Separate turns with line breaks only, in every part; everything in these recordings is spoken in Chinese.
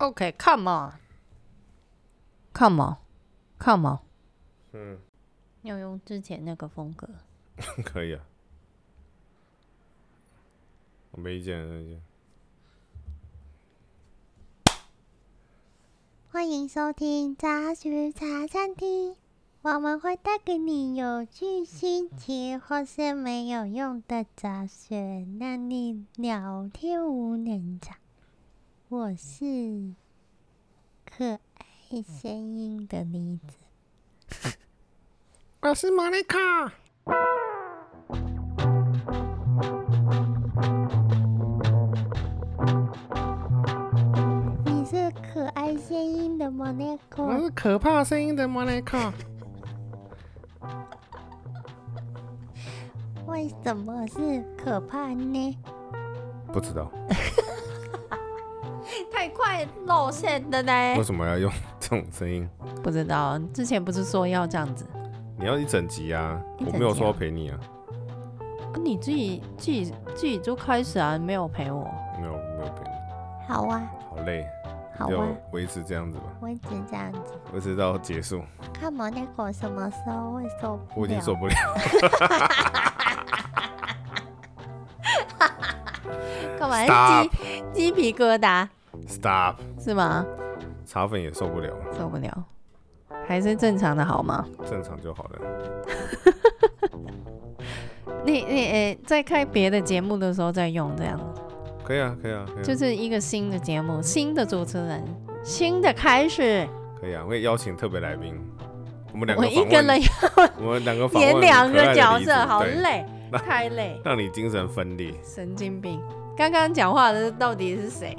Okay, come on. Come on. Come on.
嗯，
要用之前那个风格。
可以啊，我没意见，没意见。
欢迎收听杂食茶餐厅，我们会带给你有趣、新奇或是没有用的杂学，让你聊天无能场。我是可爱声音的梨子，
我是马丽卡。
你是可爱声音的 Monaco，
是可怕声音的莫奈卡。
为什么是可怕呢？
不知道
太快露馅的
为
嘞！
什么要用 这种声音，
不知道，之前不是说要这样子？
你要一整集啊！
一整
我
集啊
没有说要陪你啊，
啊你自己自己自己就开始啊，没有陪我。
没有没有陪你，
好啊，
好累，
好
就
啊，
维持这样子吧，
我一直这样子。
维持到结束，
看 Monaco 什么时候会受不了？啊
我已经受不了。
啊干嘛？
Stop
鸡鸡皮疙瘩
Stop，
是吗？
茶粉也受不了，
受不了，还是正常的好吗？
正常就好了。
你你诶、在看别的节目的时候再用这样子，
可以啊，可以啊，可以
就
啊，
是一个新的节目，新的主持人，新的开始。
可以啊。会邀请特别来宾，我们两个
我一
访
个
问
人
我们两个
要
访
演
问
两
可爱
个
的
角
梨子
色，好，
对
累，
那
太累，
让你精神分裂。
神经病。刚刚讲话的到底是谁？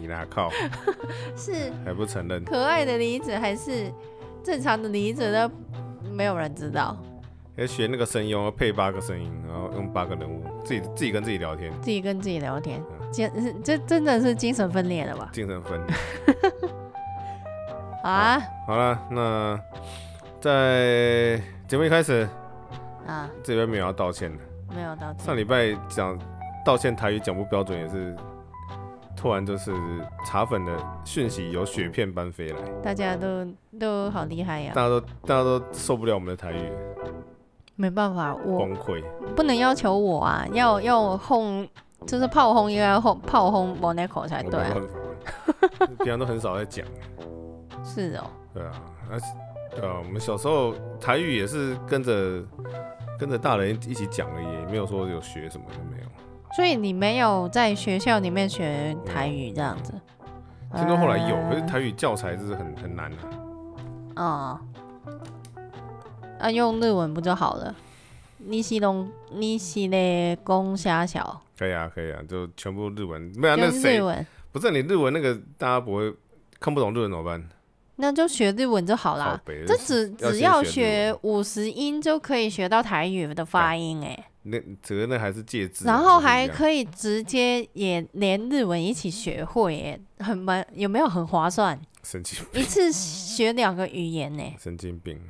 你啦靠，
是
还不承认？
可爱的梨子还是正常的梨子呢？没有人知道，
要学那个声优，配八个声音，然后用八个人物，自己自己跟自己聊天，
自己跟自己聊天，
嗯
这这真的是精神分裂了吧？
精神分 裂。
啊
好了，那在节目一开始，嗯
啊，
这边没有要道歉的。
没有道
上
歉，
礼拜讲道歉台语讲不标准，也是突然就是茶粉的讯息有雪片般飞来，
大家都都好厉害啊呀、
大家都大家都受不了我们的台语，
没办法，我
崩溃。
不能要求我啊，要要我轰，就是炮轰应该要轰炮轰 Monaco 才
我没
对啊、
办法，平常都很 少在讲。
是哦，
对啊，而且对啊，我们小时候台语也是跟着跟着大人一起讲而已，也没有说有学什么都没有。
所以你没有在学校里面学台语这样子。
听说后来有，可是
呃
台语教材就是很很难啊。
哦，啊，用日文不就好了？你是龙，你是嘞公虾小，
可以啊，可以啊，就全部日文。没有、啊、
用
那
日
谁
文，
不是你日文那个大家不会看不懂日文怎么办？
那就学日文就好
好
啦。
悲。
这只
要
只
先
要
学
学五十音就可以学到台语的发音哎、
那这个那还是介质啊，
然后
不是一
还
样
可以直接也连日文一起学会耶、很蛮有没有很划算？
神经
一次学两个语言呢、
神经病，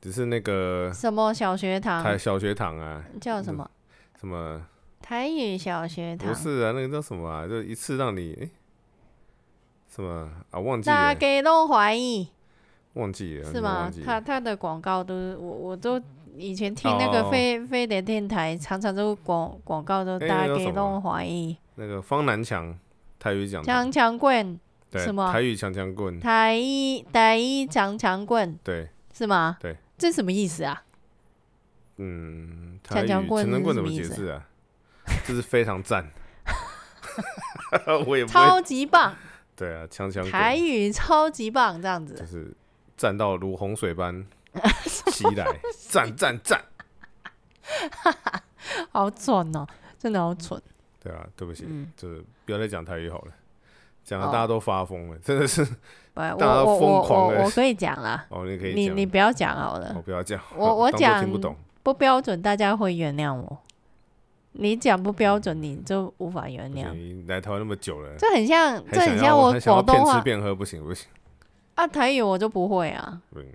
只是 那个
什么小学
台
堂
小学堂啊，
叫什么？
什么
台语小学堂
不。是啊，那个叫什么啊？就一次让你诶什么啊？忘记
大
了，
家都怀疑
忘记了，
是
真的
吗
忘记？了
他他的广告都是我我都以前听那个
哦
飞、飞碟电台，常常都广广告都
哎
大
那叫
家
什么
都怀疑
那个方南强台语讲嗯堂
强强棍
对
什么
台语强强棍，
台一台一强强棍
对，
是吗？
对，
这什么意思啊？
嗯，台
强
语
强棍
强强棍
是
怎
什么
么
意
解
思
释啊？就是非常 赞，我也不会。
超级棒，
对啊，强强
台
棍
语超级棒这样
就
子，
是赞到如洪 水般袭来，赞赞赞！
好蠢哦，真的好蠢。
对啊，对不起，
嗯，
就是不要再讲台语好了，讲的
哦
大家都发疯了，真的是
不然
嗯大家
我我
疯
我
狂
我
地
我可以讲啦，
哦，你可以
你
讲，
你不要讲好
我
了，
哦不要讲，
我我
当作
讲
听不懂，
不标准大家会原谅我，你讲不标准你就无法原
不
谅
行。你来台湾那么久了，
这很像，
还
这很
想
像
要
我
还想要
广
骗
东
吃
话
骗喝，不行不行
啊，台语我就不会啊，
不行，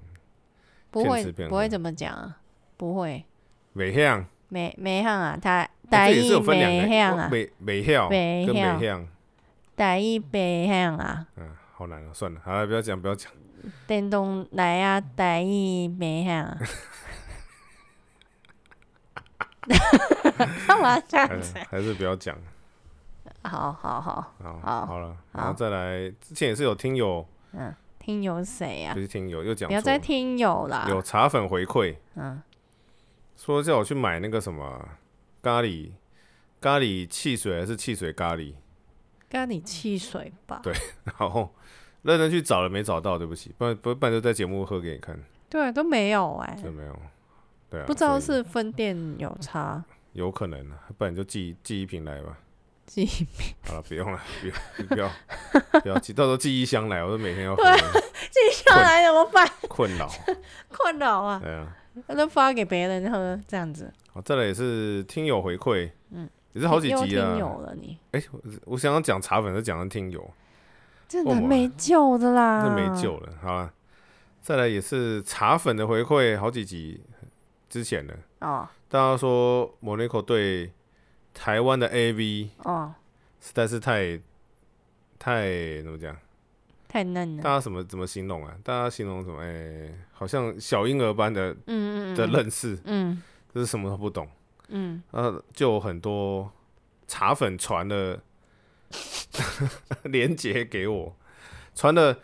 不
骗
会
吃骗
不会
喝
怎么讲啊，不会
美向，
没没样啊，台
哦
台
这也是
语
有分两
没
个
样啊，
美美向
美
跟
向
美向，
台语白样啊，
嗯，好难啊，算了，好了，不要讲，不 要讲。
电动来啊，台语白样 啊。 干嘛这样
还
子
是？还是不要讲。哎
好好好，
好，
好
好了，然
好
后再来，之前也是有听友，
听友谁呀
不？是听友，又讲
啊不要再
错，
听友啦。
有茶粉回馈，
嗯，
说叫我去买那个什么咖喱咖喱汽水还是汽水咖喱，
咖喱汽水吧。
对然后认真去找了没找到，对不起，不然不不然就在节目喝给你看，
对，都没有哎、
这没有，对啊，
不知道
所以
是分店有 差。
有可能啊，不然就寄寄一瓶来吧。
记
好了，不用了，不用， 不要，不要寄，到时候寄一箱来，我都每天要喝，
啊记下来怎么办？
困扰，
困扰啊！
对啊。
那都发给别人喝，这样子
好，再来也是听友回馈，嗯，也是
又
好几集
听
啊
友。了你，
哎、我我想要讲茶粉，是讲成听友，
真
问
的
哦我
没救的啦，
那没。救了。好了，再来也是茶粉的回馈，好几集之前的，
哦
大家说 Monaco 对台湾的 AV
哦，
实在是太太怎么讲？
太嫩了。
大家什么怎么形容啊？大家形容什么？哎、好像小婴儿般的
嗯嗯嗯
的
嗯
认识，
嗯
就是什么都不懂。
嗯，
呃，就有很多茶粉传了 连接给我，传了，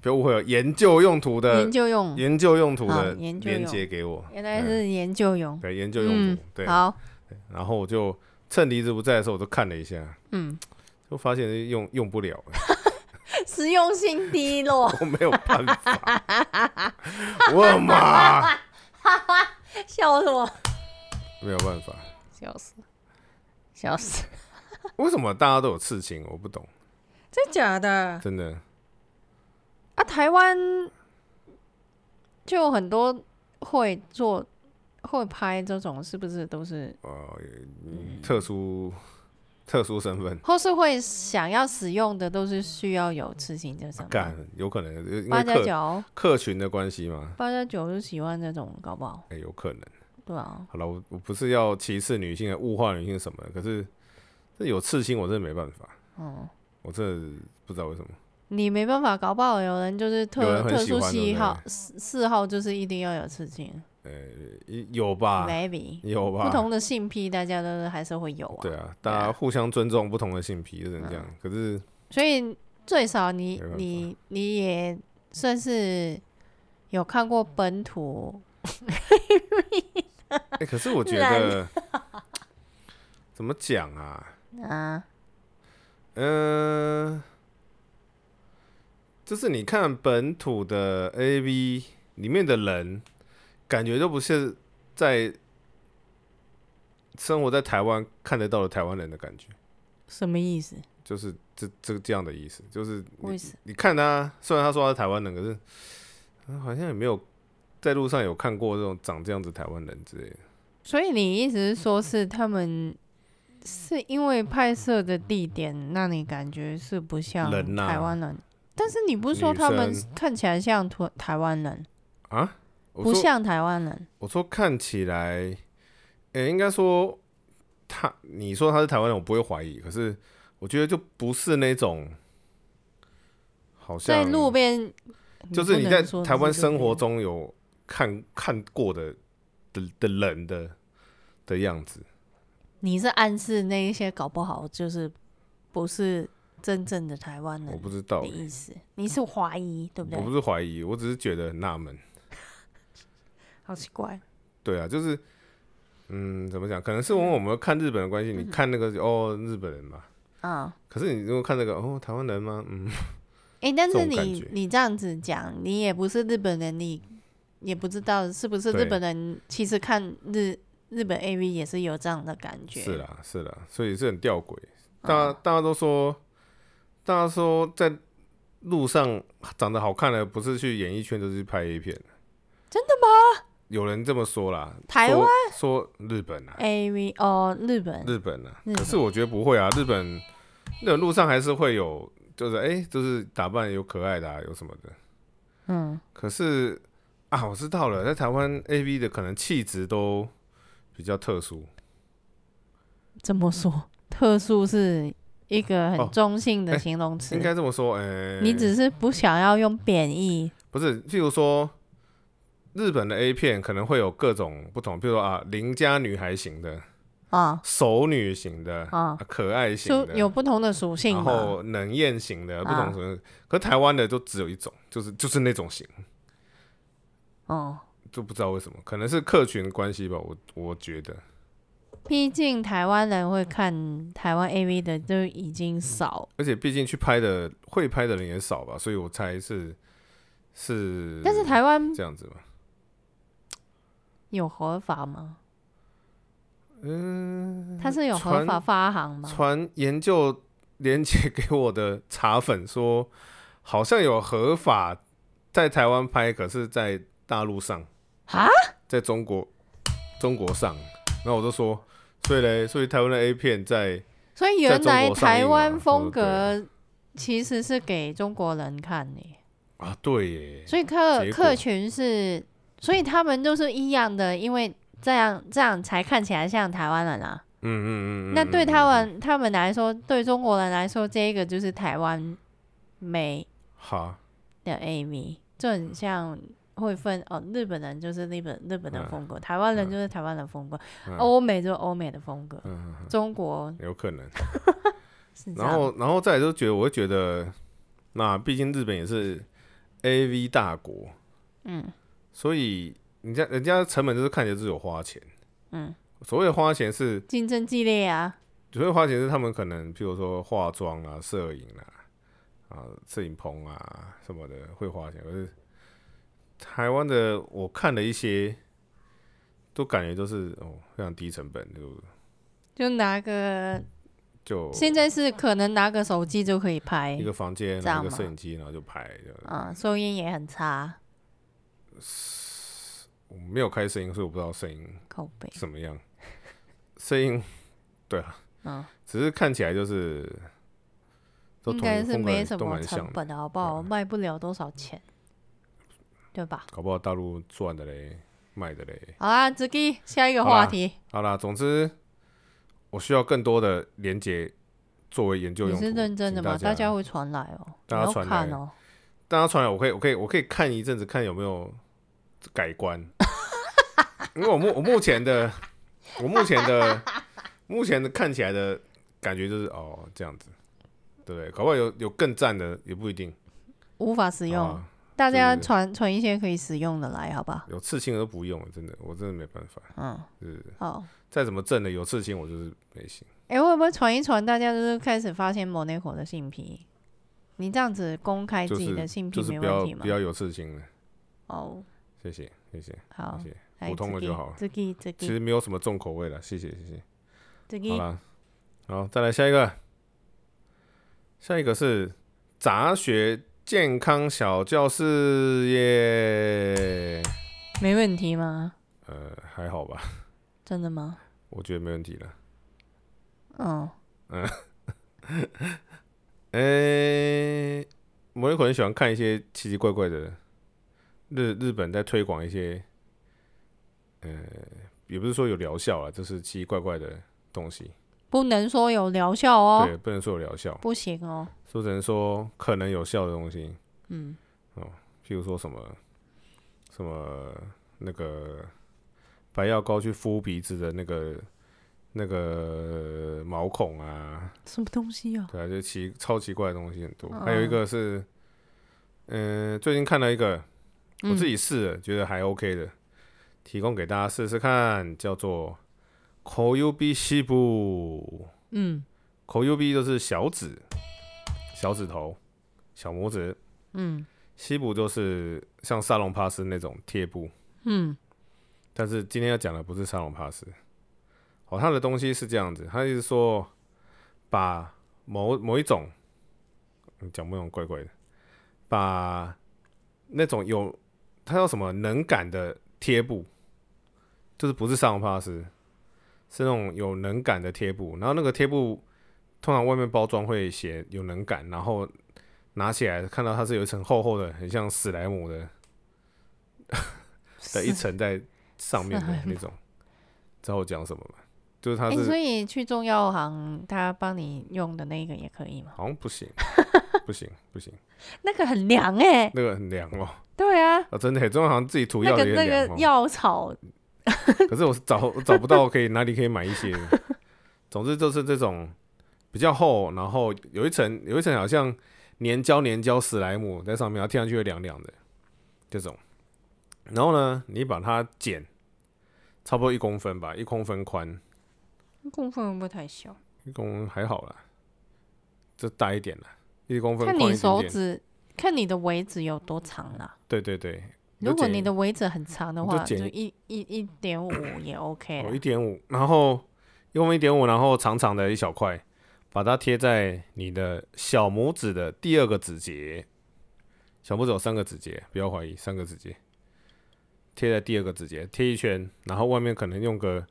别误会了，研究用途的
研究用
研究用途
好
的
研究用
连接给我，
原来是研究用。
对研究用
嗯
途，对，
好，
然后我就趁梨子不在的时候，我都看了一下，
嗯，
就发现用用不了，
实用性低落，
我没有办法，我妈
笑死我，
没有办法，
笑死，笑死，
为什么大家都有刺青？我不懂，
真假的？
真的，
啊，台湾就有很多会做、会拍这种，是不是都是，
呃，特殊特殊身份。
或是会想要使用的，都是需要有刺青这种吗。
啊干，有可能因
八
为
加
客
九，
客群的关系嘛，
八加九就喜欢这种，搞不好，
哎、有可能。
对啊，
好了，我我不是要歧视女性、啊物化女性什么的，可是这有刺青，我真的没办法，
嗯，
我真的不知道为什么。
你没办法，搞不好有人就是
有
特
人很
特
喜
殊
欢
喜
对不对
好嗜嗜好，就是一定要有刺青、
一有吧，
m a y b e
有吧，
不同的性癖，大家都还是会有啊。
对啊，大家互相尊重不同的性癖，只能这样。可是
所以最少你
没办法
你你也算是有看过本土，
哎、可是我觉
然
得怎么讲啊？
啊，
嗯、就是你看本土的 A V 里面的人，感觉都不是在生活在台湾看得到的台湾人的感觉，
什么意思？
就是这这这样的意思。就是
为什
你看他，虽然他说他是台湾人，可是、嗯好像也没有在路上有看过这种长这样子台湾人之类的。
所以你意思是说是他们是因为拍摄的地点让你感觉是不像
人呐
台湾人？但是你不是说
女
他们
生
看起来像台台湾人，
我
不
说
像台湾人？
我说看起来，诶、应该说他，你说他是台湾人，我不会怀疑。可是我觉得就不是那种，好像
在路边，
就是
不
你
能
在
说
台湾
是路边
生活中有看看过的的的人的的样子。
你是暗示那一些搞不好就是不是真正的台湾
我
人
不知道欸
的，意思？你是怀疑对不对
我？不是怀疑，我只是觉得很纳闷。
好奇怪。
对啊，就是，嗯，怎么讲？可能是因为我们看日本的关
嗯
系，你看那个哦，日本人嘛。
啊，
可是你如果看那个哦，台湾人吗？嗯，
哎、但
这
是
种感
你
觉
你这样子讲，你也不是日本人，你也不知道是不是日
对
本人。其实看日日本 A V 也是有这样的感觉，嗯
是啦，是啦，所以是很吊诡。大家大家都说，大家说在路上长得好看的，不是去演艺圈就是去拍 A 片。
真
的吗？有人这么说啦，
台湾
说说日本啊，
A V 哦，日本
日本啊，
日本
可是我觉得不会啊，日本日本路上还是会有，就是哎、就是打扮有可爱的、啊，有什么的。
嗯，
可是啊，我知道了，在台湾 A V 的可能气质都比较特殊，
这么说，特殊是一个
哦
很中性的
哎
形容词，
应该这么说，呃，
你只是不想要用贬义。
不是，譬如说日本的 A 片可能会有各种不同，譬如说啊，邻家女孩型的、
啊
熟女型的、
啊，
啊可爱型
就
的，
有不同的属性
然
嘛。
后冷艳型的不
啊
同什么，可台湾的就只有一种，就是就是那种型，
哦，
就不知道为什么，可能是客群关系吧，我我觉得。
毕竟台湾人会看台湾 AV 的就已经少，
而且毕竟去拍的会拍的人也少吧，所以我猜是是，
但是台湾
这样子吧，
有合法吗？
嗯，
它是有合
传
法发行吗？
传研究连接给我的茶粉说，好像有合法在台湾拍，可是在大陆上
啊，
在中国中国上，然后我就说，所以嘞，所以台湾的 A 片在
所以原来
在中国上映啊
台湾风
哦
格其实是给中国人看的、
啊，对耶，
所以客
结果
客群是，所以他们就是一样的，因为这样这样才看起来像台湾人啊。
嗯嗯嗯嗯，
那对
嗯
他
嗯
们他们来说，对中国人来说，这一个就是台湾美
好，
的 AV，就很像会分哦，日本人就是日本日本的
嗯
风格，台湾人
嗯
就是台湾的风格，
嗯
欧美就是欧美的风格，
嗯，嗯
中国
嗯有可能。
是这
然
样。
后，然后再来就觉得，我会觉得，那毕竟日本也是 A V 大国，
嗯
所以人家人家成本就是看起来就是有花钱。
嗯，
所谓的花钱是，
竞争激烈啊，
所谓花钱是他们可能，譬如说化妆啊、摄影啊、啊摄影棚啊什么的会花钱，可是台湾的我看了一些，都感觉都是哦非常低成本，就
就拿个
就
现在是可能拿个手机就可以拍
哦一，个房间，
这
然后
样
一个
吗
摄影机，然后就拍。就
嗯，收音也很差，
我没有开声音，所以我不知道声音
口碑，
怎么 样。声音，对啊，
嗯，
只是看起来就是都
应
同
该是
风格
没什
都
么
蛮像
成
的，
本的，好不好？
嗯
卖不了多少钱，对吧？
搞不好大陆赚的嘞，卖的嘞。
好啦，子弟，下一个
好啦
话题，
好啦，总之我需要更多的连接作为研究
你
用途。
是认真的
请
吗？
大
大家会传来哦，你
大家
要
传
看
来
哦。
大家传来，我可以，我可以，我可以看一阵子，看有没有改观。 因为我目我目前的我目前的目前的看起来的感觉就是哦这样子，对不对？搞不好有有更赞的也不一定。
无法使用，
啊、
大家
是
传传一些可以使用的来，好吧？
有刺青的都不用，真的，我真的没办法。
嗯，
是
好。
再怎么正的有刺青，我就是没信。
哎、会不会传一传，大家就是开始发现 Monaco 的性癖？你这样子公开
就
自己
是
哎的性
就
癖
是
没
不
问
要
题吗
不？要有刺青了，
哦，
谢谢谢谢。
好
谢谢，
来
普通的就好了
自己自
其
己
实没有什么重口味了，谢谢谢谢。
自
好
己，
啦，好，再来下一个，下一个是杂学健康小教室耶。
没问题吗？
呃，还好吧，
真的吗？
我觉得没问题了。
嗯，
哎、某人可能喜欢看一些奇奇怪怪的，日日本在推广一些，呃，也不是说有疗效啊，就是奇奇怪怪的东西。
不能说有疗效哦，
对，不能说有疗效，
不行哦。
说只能说可能有效的东西。
嗯，
譬如说什么什么那个白药膏去敷鼻子的那个那个毛孔啊，
什么东西哦？
对啊，就奇超奇怪的东西很多。
嗯
还有一个是，嗯、最近看了一个，我
嗯
自己试了，觉得还 OK 的，提供给大家试试看，叫做 Koyubi 西部
嗯
Koyubi 就是小指、小指头、小拇指。
嗯
西部就是像沙龙帕斯那种贴布，
嗯
但是今天要讲的不是沙龙帕斯。哦，他的东西是这样子，他就是说把某某一种，嗯讲不懂怪怪的，把那种有它叫什么能感的贴布，就是不是沙龙帕斯，是那种有能感的贴布，然后那个贴布通常外面包装会写有能感，然后拿起来看到它是有一层厚厚的，很像史莱姆 的的一层在上面的那种，知道我讲什么吗？就是它
哎、
是
所以去中药行，他帮你用的那个也可以吗？
好像不行， 不行不行，
那个很凉哎、
那个很凉哦，
对啊，
啊真的耶，中药好像自己涂
那
药的
个
也
那
很凉
个
哦。
药草，
可是我是找我找不到可以哪里可以买一些的。总之就是这种比较厚，然后有一层有一层好像粘胶粘胶史莱姆在上面，然后贴上去会凉凉的这种。然后呢，你把它剪，差不多一公分吧，一公分宽，
公分会不会太小？
一公分还好啦，这大一点啦，一公分
看
宽
你
一
手
点点。
指，看你的尾指有多长啦、
对对对，
如果
剪
你的尾指很长的
你就
话，
剪
就一一一点五也 OK
哦，
了
一。点五，然后用一点五，然后长长的一小块，把它贴在你的小拇指的第二个指节。小拇指有三个指节，不要怀疑，三个指节贴在第二个指节，贴一圈，然后外面可能用个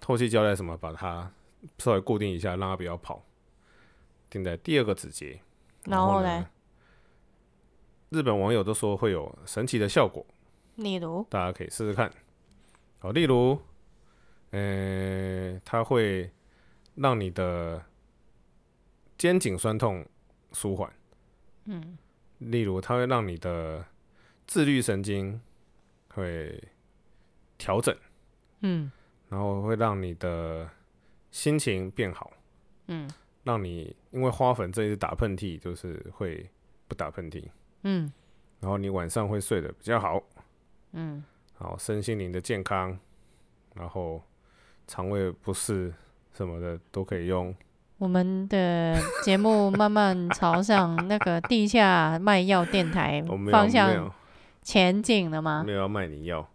透气胶带什么把它稍微固定一下，让它不要跑，定在第二个指节。
然后
呢
嘞，？
日本网友都说会有神奇的效果，
例如，
大家可以试试看。好，例如，呃，它会让你的肩颈酸痛舒缓。
嗯，
例如，它会让你的自律神经会调整，
嗯
然后会让你的心情变好，
嗯
让你因为花粉这一次打喷嚏，就是会不打喷嚏，
嗯
然后你晚上会睡得比较好。
嗯，
好，身心灵的健康，然后肠胃不适什么的都可以用。
我们 的节目慢慢朝向那个地下卖药电台
我哦没有
嗯方
没
向啊
有
前进了吗
没？有要卖 你药，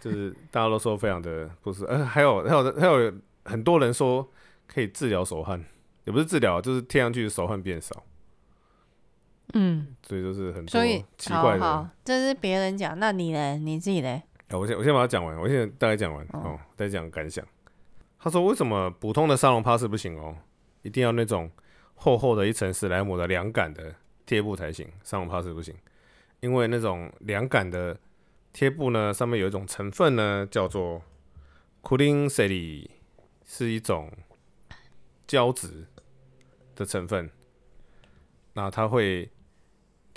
就是大家都说非常的不适。呃，还有还有还有很多人说可以治疗手汗，也不是治疗，就是贴上去手汗变少，
嗯，
所以就是很多
所以
奇怪
好
的。
好，这是别人讲，那你嘞，你自己嘞，
好，哎我先我先把它讲完，我现在大概讲完
哦
哦，再讲感想。他说为什么普通的沙龙帕是不行哦，一定要那种厚厚的一层史莱姆的凉感的贴布才行，沙龙帕是不行，因为那种凉感的贴布呢，上面有一种成分呢叫做 cooling s e l i 是一种胶质的成分，那它会。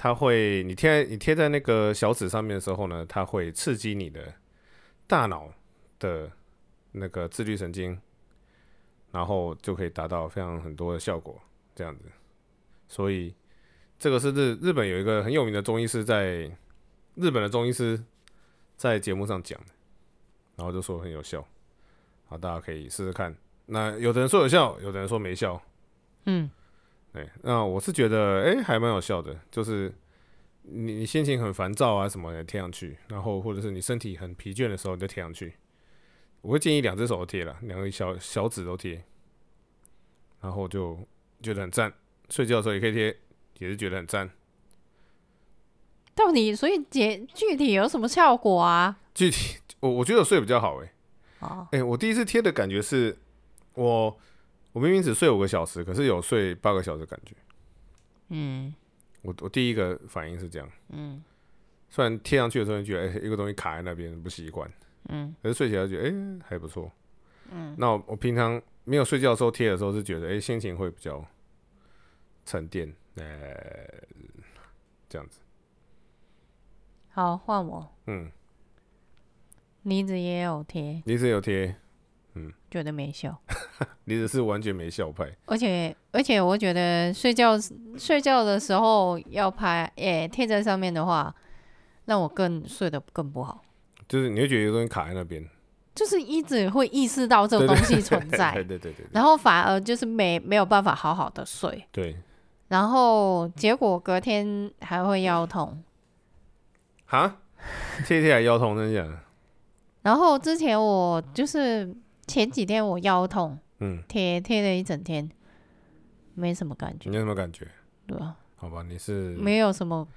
它会，你贴你贴在那个小指上面的时候呢，它会刺激你的大脑的那个自律神经，然后就可以达到非常很多的效果，这样子。所以这个是日日本有一个很有名的中医师在日本的中医师在节目上讲的，然后就说很有效，好，大家可以试试看。那有的人说有效，有的人说没效，
嗯
对，那我是觉得，哎、还蛮有效的。就是你你心情很烦躁啊什么的贴上去，然后或者是你身体很疲倦的时候你就贴上去。我会建议两只手都贴了，两个小小指都贴，然后就觉得很赞。睡觉的时候也可以贴，也是觉得很赞。
到底所以解具体有什么效果啊？
具体我我觉得我睡比较好、诶。
哦，
哎、我第一次贴的感觉是，我我明明只睡五个小时，可是有睡八个小时的感觉。
嗯
我我第一个反应是这样。
嗯
虽然贴上去的时候你觉得，哎、一个东西卡在那边不习惯，
嗯
可是睡起来就觉得，哎、还不错。
嗯，
那我我平常没有睡觉的时候贴的时候是觉得，哎、心情会比较沉淀，呃，这样子，
好，换我，
嗯，
梨子也有贴，
离子有贴，
觉得没效。
离子是完全没效派，
而且而且，我觉得睡觉睡觉的时候要拍，诶、贴在上面的话，让我更睡得更不好。
就是你会觉得有东西卡在那边，
就是一直会意识到这
对
种
对
东西存在，
对对对对
然后反而就是没没有办法好好的睡，
对，
然后结果隔天还会腰痛。
哈，贴贴还腰痛，真的假的？
然后之前我就是前几天我腰痛，
嗯，
贴贴了一整天，没什么感
你
觉，
有什么感觉？
对吧、
好吧，你是
没有什么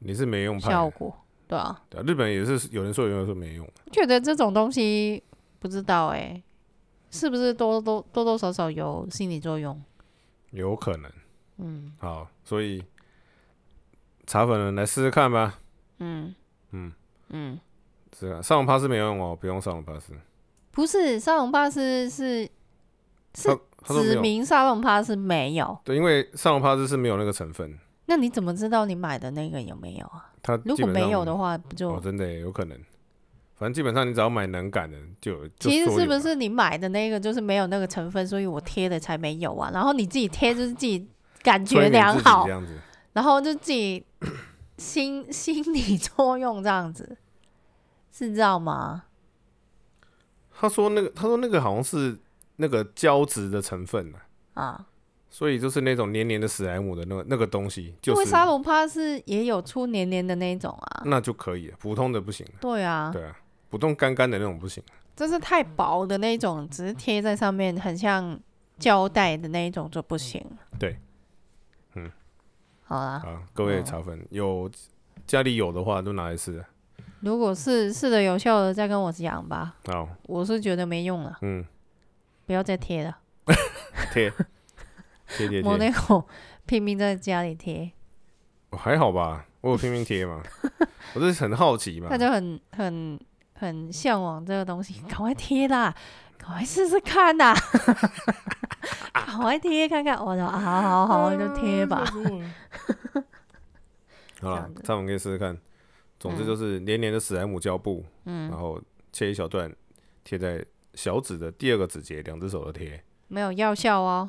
你是没用派
效
的，
果，对吧、啊？
对啊日本也是有人说有人说没用，
我觉得这种东西不知道哎、是不是多多多多少少有心理作用？
有可能。
嗯
好，所以茶粉人来试试看吧。
嗯
嗯，
嗯，
是啊，上网帕斯没有用哦，不用上网帕斯。
不是沙龙帕斯是是
他他说没
指
有，
明沙龙帕斯没有，
对，因为上龙帕斯是没有那个成分，
那你怎么知道你买的那个有没有啊？
它
如
基
果
本上
没有的话，不就、
哦，真的耶有可能。反正基本上你只要买能感的，就有就
其实
所
是
有
不
了
是你买的那个就是没有那个成分，所以我贴的才没有啊？然后你自己贴就是自己感
催
觉
眠
良
自己
好
这，样子？
然后就自己心 心理作用这样子，是这样吗？
他说那个，他说那个好像是那个胶质的成分啊，
啊，
所以就是那种黏黏的史莱姆的那个那个东西，就
因为
是
沙龙帕是也有出黏黏的那种啊，
那就可以了，普通的不行了，
对啊，
对啊，普通干干的那种不行。
就是太薄的那种，只是贴在上面，很像胶带的那一种就不行。
对，嗯，
好啦，
好，啊各位
哦
茶粉有家里有的话都拿来试。
如果是试的有效的，再跟我讲吧。
好，
我是觉得没用了，
嗯，
不要再贴了。
贴贴贴
我
贴，
那口拼命在家里 贴，
我还好吧，我有拼命 贴嘛，我就是很好奇嘛啊
大。家很很很向往这个东西， 赶快贴啦，赶快试试看呐、 赶快贴看看。我说啊好好好，就贴吧。
好
这
了
样，子
茶粉可以试试看。总之就是黏黏的史莱姆胶布，
嗯
然，后切一小段贴在小指的第二个指节，两只手的贴。
没有药效哦，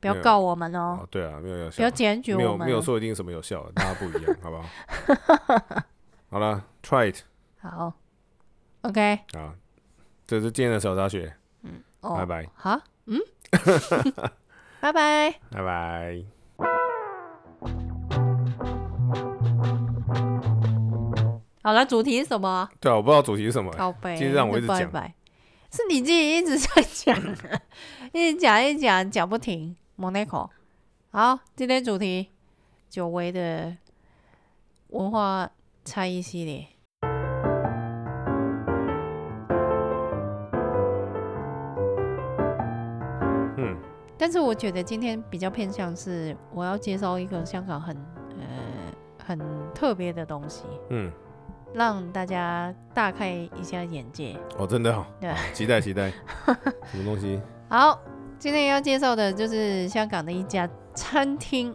不要
没有
告我们哦，
哦，对啊，没有药
不
效
要，检举
没
我
有
们
没有
哦。
说一定什么有效，大家不一样，好不好？ 好了，try it
好，OK，
啊，这是今天的小杂学，
哦，
拜拜，
好，嗯， 拜拜。
拜拜。
好了，主题是什么？
对啊，我不知道主题是什么，
靠背，
其实让我一直
拜
讲
拜，是你自己一直在讲，啊 一直讲一直讲讲不停。Monaco，好，今天主题久违的文化差异系列。
嗯，
但是我觉得今天比较偏向是我要介绍一个香港很呃很特别的东西，
嗯，
让大家大开一下眼界。
哦，真的哦，
对
好期 待期待，什么东西？
好，今天要介绍的就是香港的一家餐厅，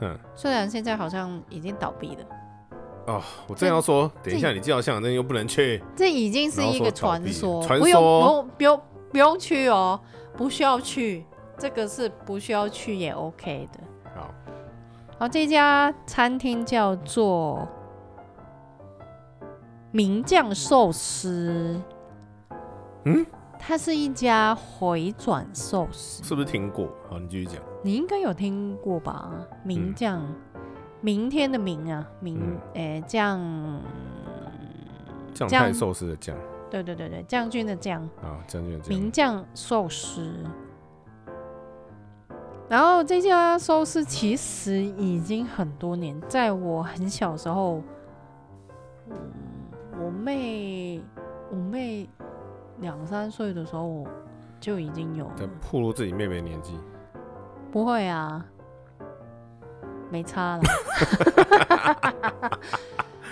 哼，
虽然现在好像已经倒闭了，
我正要说，等一下你叫香港人又不能去，
这已经是一个传说，
然
不
后说倒闭了传
用不
说
用不用不用去哦，不需要去，这个是不需要去也 OK 的。
好，
好，这家餐厅叫做名将寿司。
嗯，
它是一家回转寿司，
是不是听过？好，你继续讲。
你应该有听过吧？名
嗯
将，明天的明啊，明诶、将，
酱
酱
太寿司的酱
对对对对，将军的将，
啊，将军的
名
酱，
将寿司。然后这家寿司其实已经很多年，在我很小时候，嗯，我妹我妹两三岁的时候就已经有了
在暴露自己妹妹的年纪。
不会啊，没 差了。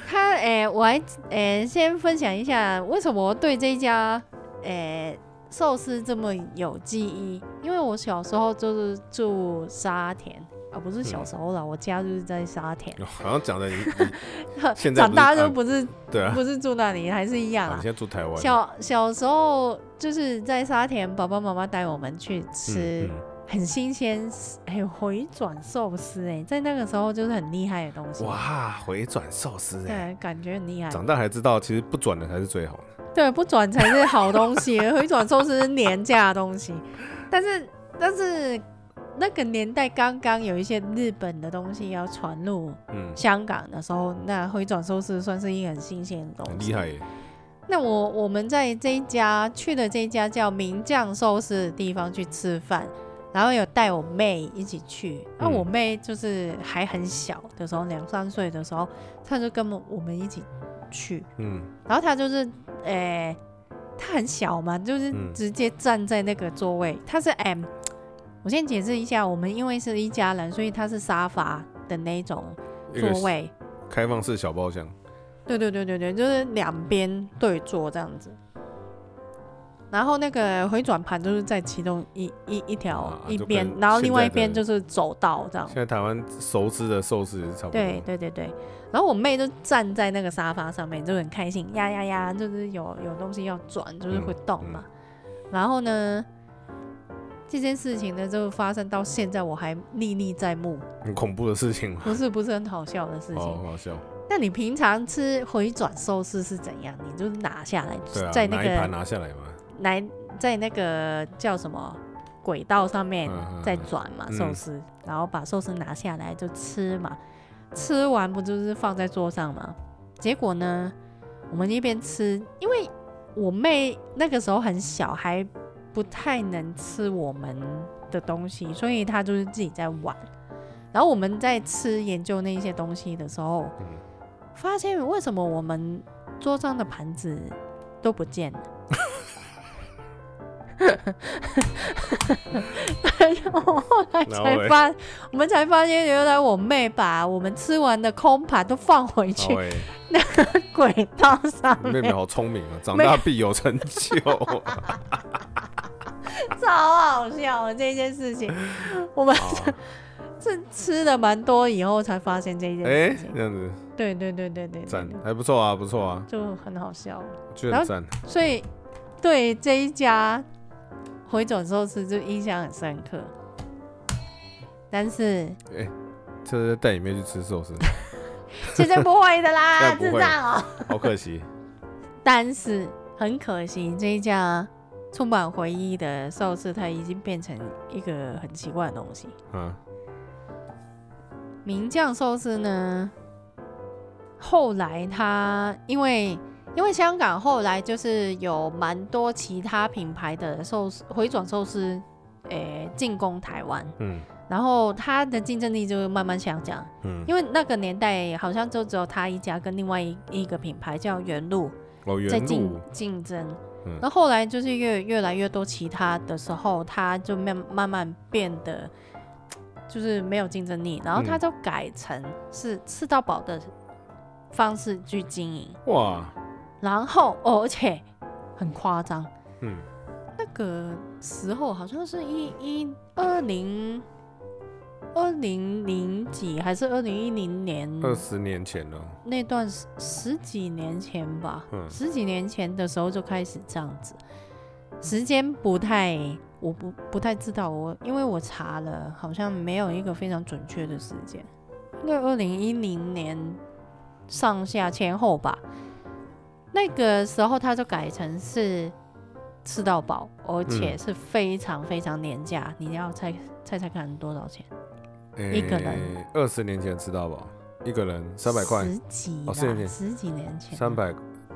他诶、我还诶、先分享一下为什么我对这家诶寿、司这么有记忆，因为我小时候就是住沙田。啊，不是
嗯
小时候了，我家就是在沙田，
哦好像讲的你你现在
长
不是
大就
啊
不是、
对啊，
不是住那里，还是一样
啊
啊
你。现在住台湾，
小小时候就是在沙田，爸爸妈妈带我们去吃
嗯嗯
很新鲜，哎、回转寿司哎、在那个时候就是很厉害的东西，
嗯哇，回转寿司哎，
对，感觉很厉害。
长大才知道，其实不转的才是最好的。
对，不转才是好东 西，回转寿司是廉价的东西。但是，但是那个年代刚刚有一些日本的东西要传入
嗯，
香港的时候，那回转寿司算是一个很新鲜的
很
东西，
厉害耶。
那我我们在这一家去的这一家叫名将寿司的地方去吃饭，然后有带我妹一起去。那、
嗯
我妹就是还很小的时候，两三岁的时候，她就跟我们一起去。
嗯，
然后她就是，诶、她很小嘛，就是
嗯
直接站在那个座位。她是 M，我先解释一下，我们因为是一家人，所以她是沙发的那种
一个
座位。
开放式小包厢，
对对对对对，就是两边对坐这样子。然后那个回转盘就是在其中一一一条、
啊
一
就
边
跟，
然后另外一
现在的
边就是走道这样
现。在台湾熟知的寿司也是差不多。
哦对对对对，然后我妹就站在那个沙发上面，就很开心，呀呀呀，就是有有东西要转，就是会动
嗯
嘛。然后呢，这件事情呢，就发生到现在，我还历历在目，
很恐怖的事情嘛，
不是不是很好笑的事情。
哦，好好笑。
那你平常吃回转寿司是怎样？你就拿下来，
对啊，
在那
拿一盘
个
拿下来嘛，
来在那个叫什么轨道上面
嗯嗯
再
嗯
转嘛
嗯
寿司，然后把寿司拿下来就吃嘛，吃完不就是放在桌上吗？结果呢，我们一边吃，因为我妹那个时候很小，还不太能吃我们的东西，所以她就是自己在玩。然后我们在吃研究那一些东西的时候，
嗯
发现为什么我们桌上的盘子都不见了。 然后后来
然后
才
嘞
发，我们才发现原来我妹把我们吃完的空盘都放回
好
去
哎、
轨道上
妹妹
面，
好聪明 啊，长
没
大必有成就啊！
超好笑的这件事情。我们
哦
是吃了蛮多以后才发现这件
哎、
事情，
这样子
对对对对对对
赞
对，
还不错啊，不错啊，
就很好笑。
觉得
然
很
后
赞。
所以对这一家回转寿司就印象很深刻。但是
这是带你妹去吃寿 司，
其实不会的 啦，
那不
智
会
障哦、
好可惜。
但是很可惜，这一家充满回忆的寿司，它已经变成一个很奇怪的东西。
啊，
名将寿司呢，后来它因为因为香港后来就是有蛮多其他品牌的寿司回转寿司，诶、进攻台湾，
嗯
然后它的竞争力就慢慢下降，
嗯，
因为那个年代好像就只有它一家跟另外一一个品牌叫原路
哦，
在
原
竞
路
竞争
嗯，
那、后来就是越越来越多其他的时候，它就慢慢慢变得就是没有竞争力，然后它
嗯
就改成是吃到饱的方式去经营，
哇，
然后、哦、而且很夸张，
嗯，
那个时候好像是一一二零二零零几还是二零一零年
二十年前了，
那段十十几年前吧，
嗯
十几年前的时候就开始这样子，时间不太，我不不太知道，我因为我查了，好像没有一个非常准确的时间，应该二零一零年上下前后吧。那个时候他就改成是吃到饱，而
嗯
且是非常非常廉价，你要猜猜猜看多少钱？一个人
诶，二十年前知道吧？一个人三百块，
十几啦、
哦是有点
十几年前，
三百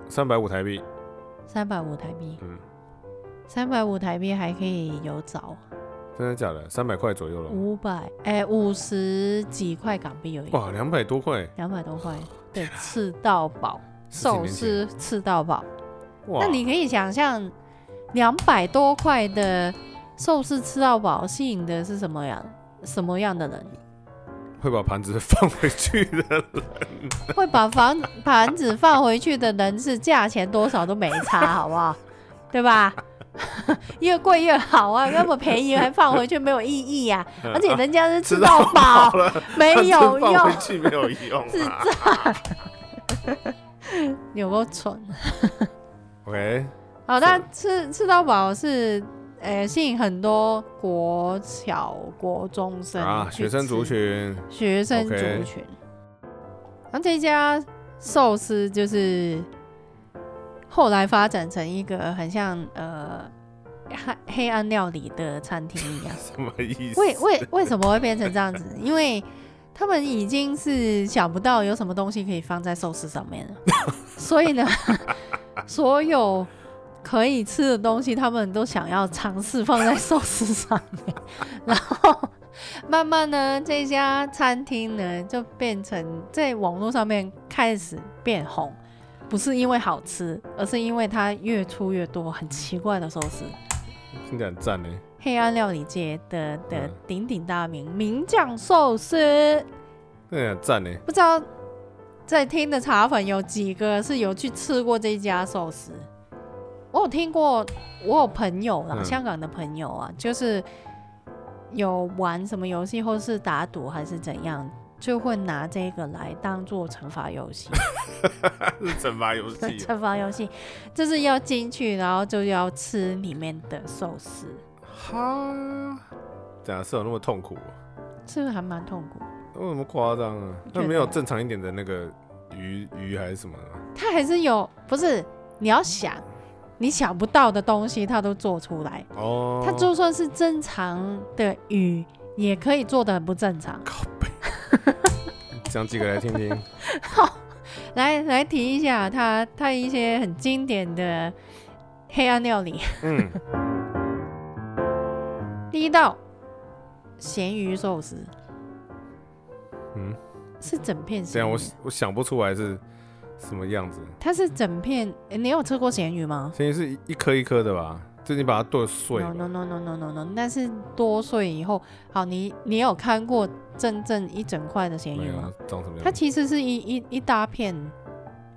三百五台币，
三百五台币，
嗯，
三百五台币还可以有找
真的假的？三百块左右了，
五百，哎，五十几块港币而已，
哇，两百啊多块，
两百多块，对，吃到饱，
十几
寿
年前
司吃到饱。
哇，
那你可以想象，两百多块的寿司吃到饱吸引的是什么样什么样的人？
会把盘子放回去 的，
会把房 盘子放回去的人是价钱多少都没差，好不好？对吧？ 越贵越好啊，那么便宜还放回去没有意义呀、啊。而且人家是吃到饱，没有用
盘子放回，去没有用
智
啊。
障，有够蠢。啊
OK，
好，那吃吃到饱是呃吸引很多国小、国中生
啊，
去
学生族
吃
群，
学生族
OK
群。然后这一家寿司就是后来发展成一个很像呃黑黑暗料理的餐厅一样。
什么意思？
为为为什么会变成这 样子？因为他们已经是想不到有什么东西可以放在寿司上面了，所以呢， 所有可以吃的东西，他们都想要尝试放在寿司上面，然后。慢慢呢，这家餐厅呢就变成在网络上面开始变红，不是因为好吃，而是因为它越出越多很奇怪的寿司。
听起来很赞呢。
黑暗料理界的的
嗯
鼎鼎大名名将寿司，
那很赞呢，
不知道在听的茶粉有几个是有去吃过这一家寿司？我有听过，我有朋友啦，
嗯
香港的朋友啊，就是有玩什么游戏，或是打赌还是怎样，就会拿这个来当做惩罚游 戏。
是惩罚 游戏哦，
惩罚游戏就是要进去，然后就要吃里面的寿司，
哈，假设有那么痛苦哦、
是不是还蛮痛苦？
为什么夸张啊？
觉
那
得
没有正常一点的那个鱼鱼还是什么啊的吗？
他还是有，不是你要想，你想不到的东西他都做出来。
哦，
他就算是正常的鱼，也可以做的很不正常。
讲几个来听听。
来来提一下他他一些很经典的黑暗料理。
嗯，
第一道咸鱼寿司，
嗯，
是整片
这
咸
样
鱼
我，我想不出来是什么样子。
它是整片。诶你有吃过咸鱼吗
咸鱼是一一颗一颗的吧？就你把它剁碎吧。
？No no no no no no no，那是多岁以后。好，你你有看过真正一整块的咸
没
鱼
有
吗
啊？长什么
它
样子？
其实是一一一大片，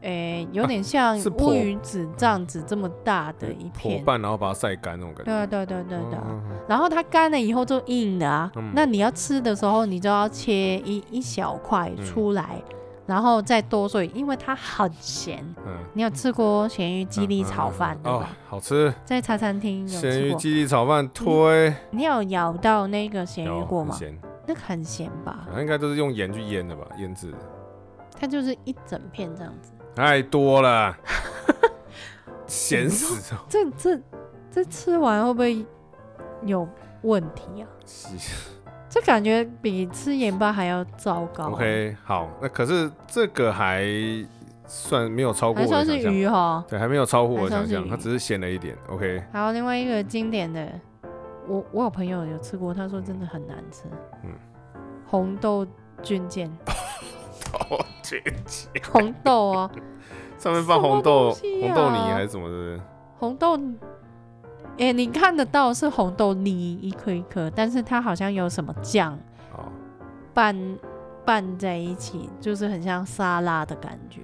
诶、有
啊
点像
是
乌
破
鱼子这样子这么大的一
伙
片。
嗯伴，然后把它晒干那种感
对
觉。
啊，对啊对啊对啊对啊。
嗯
然后它干了以后就硬的啊，
嗯
那你要吃的时候，你就要切一一小块出来，然后再剁碎，因为它很咸。
嗯，
你有吃过咸鱼鸡粒炒饭
嗯嗯嗯
对
哦
吧？，
好吃。
在茶餐厅有
咸
吃
鱼
过，
鸡粒炒饭推。
你有咬到那个咸鱼
有
过吗嗯
很？咸，嗯
那个很咸吧？
它应该都是用盐去腌的吧？腌制的。
它就是一整片这样子。
太 多了，咸死了！
这这这吃完会不会有问题啊？ 这感觉比吃盐巴还要糟糕。啊
OK，好，那可是这个还算没有超过
还
我
算
的
是
想象，
鱼哈。
对，还没有超过我的
还算
想
是
象，
鱼
它只是咸了一点。OK，
还有另外一个经典的，我我有朋友有吃过，他说真的很难吃。
嗯
红豆菌舰，
哦，姐姐，
红豆哦，
上面放红豆、
什么东西啊
红豆泥还是什么的，
红豆，哎、你看得到是红豆泥一颗一颗，但是它好像有什么酱
好，
拌拌在一起，就是很像沙拉的感觉。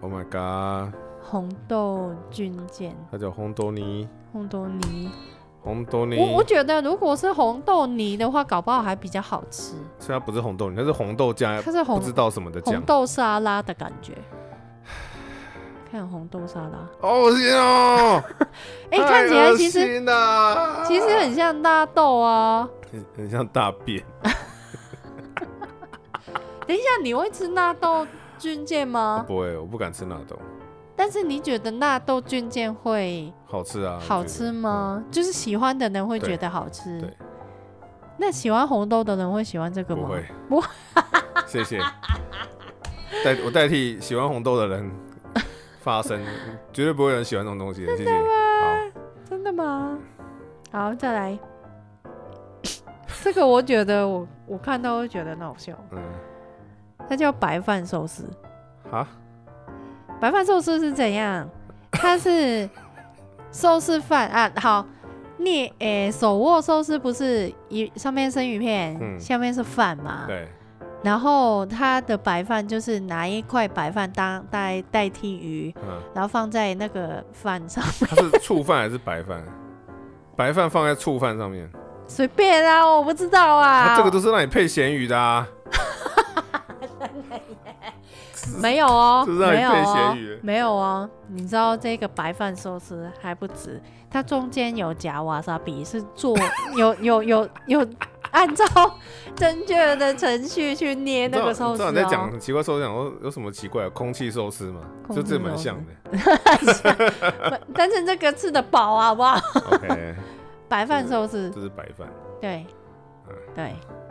Oh my god，
红豆菌舰，
它叫红豆泥，
红豆泥，
红豆泥，
我我觉得如果是红豆泥的话，搞不好还比较好吃。
所以它不是红豆泥，它是红豆酱，
它是
呃不
红
知道什么的酱
红。豆沙拉的感觉。看红豆沙拉，
好恶心哦！
哎、看起来其
太恶
实
心了
其实很像纳豆啊。
很很像大便。
等一下，你会吃纳豆菌舰吗？
不会，我不敢吃纳豆，
但是你觉得纳豆菌舰会
好吃啊，嗯
好吃吗？就是喜欢的人会
对
觉得好
对
吃。那喜欢红豆的人会喜欢这
我
个
觉得？嗯不
吗？
会，
不，
谢谢。代我代替喜欢红豆的人 发声，绝对不会有人喜欢这种东西的，谢谢。好，
真的吗？好，再来。 这个我觉得我我看到会觉得很好笑，
嗯，
它叫白饭寿司。啊
好，
白饭寿司是怎样？它是寿司饭啊，好，你诶、手握寿司不是一上面生鱼片，
嗯
下面是饭嘛？
对，
然后它的白饭就是拿一块白饭当代代替鱼，
嗯，
然后放在那个饭上，
它是醋饭还是白 饭？白饭放在醋饭上面，
随便啦、我不知道啊。
它这个都是让你配咸鱼的啊，
没有哦，
就是让你
没有
配
哦
咸鱼，
没有哦。你知道这个白饭寿司还不止，它中间有夹瓦萨比，是做有 有有有按照正确的程序去捏
你
哎那
知道
个寿
你
司
知道你在讲
哦。
很奇怪寿司，想说有什么奇怪？啊空气寿司嘛，
空
就
气
这蛮
寿司
像的。
不但是这个吃得饱啊，好不好？
OK，
白饭寿司，
这是白饭，
对
嗯
对，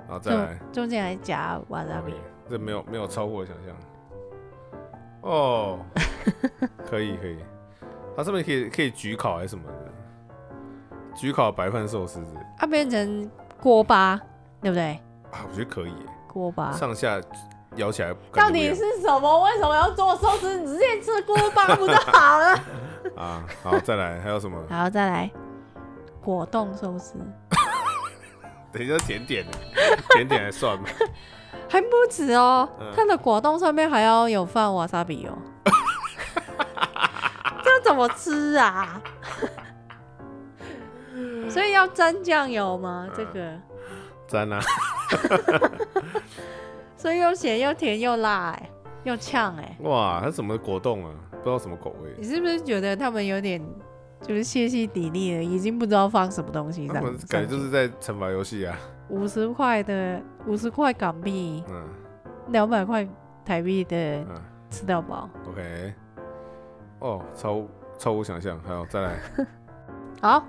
然后再
中
来。
中间还夹瓦萨比
OK，，这没有没有超过我想象。哦， 可以可以，它上面可以可以焗烤还是什么的，焗烤白饭寿司之类的
它啊变成锅巴，对不对？
啊，我觉得可以耶，
锅巴。
上下咬起来感觉
啊到
不一
底
样
是什么？为什么要做寿司？你直接吃锅巴不就好了？
啊，好再来还有什么？
然后再来果冻寿司，
等一下甜点呢，甜点还算 吧，
还不止哦
嗯，
它的果冻上面还要有放瓦萨比哦，这样怎么吃啊？所以要沾酱油吗？这
嗯
个，
沾啊，
所以又咸又甜又辣、哎，又呛哎、
哇，它什么果冻啊？不知道什么口味
你，是不是觉得他们有点就是歇斯底里了，已经不知道放什么东西
他
上？
们感觉就是在惩罚游戏啊。
五十块的五十块港币，
嗯
两百块台币的
嗯
吃到饱。
，OK，哦，超超乎想象。还有再来，
好，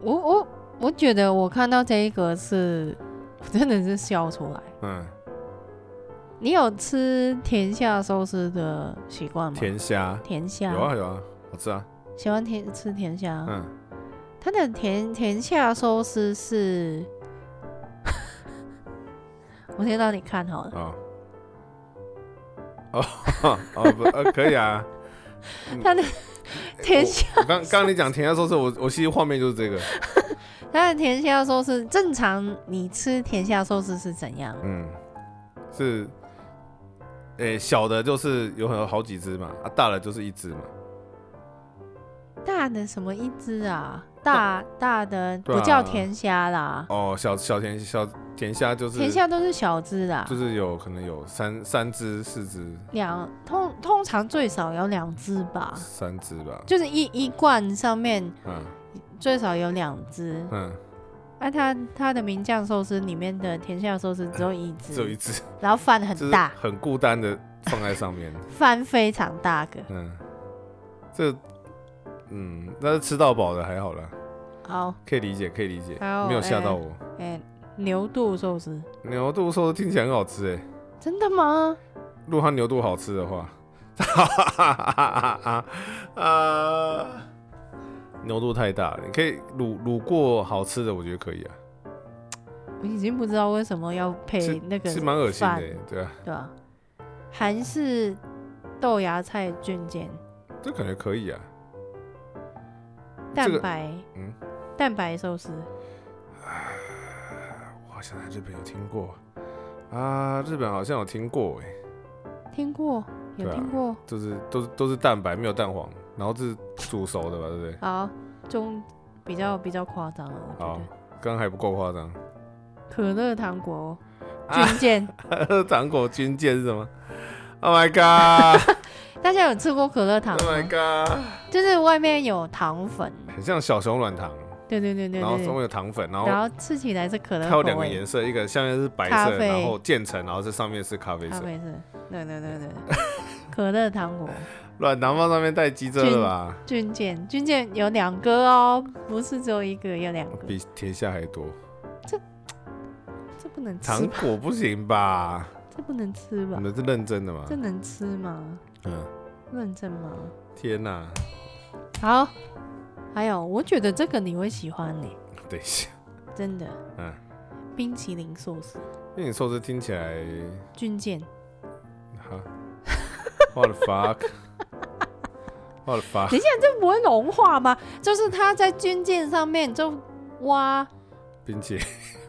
我我我觉得我看到这一个是，我真的是笑出来。
嗯，
你有吃甜下寿司的习惯吗？
甜虾
甜虾啊
有啊有啊，我吃啊。
喜欢甜吃甜虾。
嗯，
它的甜甜下寿司是， 我先让你看好了。
哦，哦 哦不，呃，可以啊。
它的甜虾，
我刚刚刚你讲甜虾寿司，我我其实画面就是这个。
它的甜虾寿司正常，你吃甜虾寿司是怎样？
嗯，是，诶、小的就是有很好几只嘛，啊，大的就是一只嘛。
大的什么一只啊？大大的
对啊
不叫甜虾啦，
哦，小小甜小甜虾就是
甜虾都是小只的啊，
就是有可能有三三只、四只、
两通通常最少有两只吧，
三只吧。
就是一一罐上面
嗯
最少有两只。
嗯，
啊，它它的名酱寿司里面的甜虾寿司只有一只，
只有一只，
然后饭
就
很
是
大，
很孤单的放在上面。
饭非常大个。
嗯，这嗯，那是吃到饱的还好啦，
好，
可以理解，可以理解，
还有
没有吓
诶
到我。
哎、牛肚寿司，
牛肚说听起来很好吃哎诶、
真的吗？
如果它牛肚好吃的话， 哈哈哈哈哈哈啊，牛肚太大了，你可以卤卤过好吃的，我觉得可以啊，
我已经不知道为什么要配
是
那个
是蛮恶心的
饭
欸，对啊，
对吧、韩式豆芽菜卷煎，
这感觉可以啊，
蛋
这个
白，
嗯
蛋白寿司，
我好像在日本有听过啊，日本好像有听过哎、
听过有
对啊
听过。
就是都是都是蛋白没有蛋黄，然后是煮熟的吧，对不对？
好，中比较比较夸张了，我觉
好
得。，
刚刚还不够夸张，
可乐糖果哦
啊
军 舰，
糖果军舰是什么？Oh my god！Oh
大家有吃过可乐糖吗
my god！
就是外面有糖粉，
很像小熊软糖，
对对对对
然后
对
中间
对。
有糖粉，然后
然后吃起来是可乐
它
口
有
味。
两个颜色，一个下面是白
咖
色，
啡
然后渐层，然后这上面是咖啡
咖
色。
啡是，对对对对，可乐糖果
软糖放上面带鸡胗了吧？
军舰，军舰有两个哦，不是只有一个，有两个，
比甜虾还多，
这不能吃
糖
吧，
果不 行吧？
这不能吃
你
吧？
们是认真的吗
这？能吃吗？
嗯，
认真吗？
天哪！
好，还有，我觉得这个你会喜欢呢、
等一下，
真的，
嗯，
冰淇淋寿司，
因为你寿司听起来，
军舰，
哈 ，what the fuck？what the fuck？
等一下这不会融化吗？就是它在军舰上面就挖
并且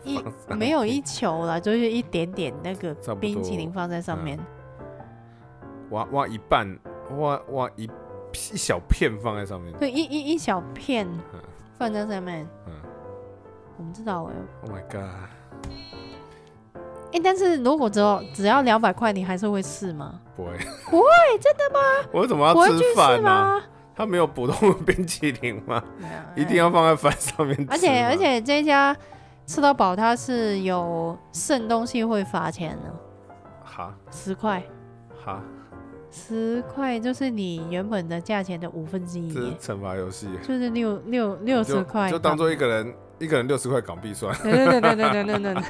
一
放上
没有
面
一球啦，就是一点点那个
差不
冰淇淋
多
放在上
嗯
面，
挖挖一半，挖挖一一小片放在上面。
就一一一小片
嗯
放在上面。
嗯
我们知道哎、
，Oh my god！
哎、但是如果只有只要两百块，你还是会试吗？
不会，
不
会，真的吗？ 我怎么
我
要
会去
吃
试
饭呢、
吗？
它没有普通的冰淇淋吗？
对啊
一定。要放在饭上面吃吗
而且而且这家吃到饱，它是有剩东西会罚钱的，
哈
十块，
哈，
十块就是你原本的价钱的五分之一
这是
耶，
惩罚游戏，
就是六六六
就
十块，
就当做一个人一个人六十块港币算，
对对对对对对对对。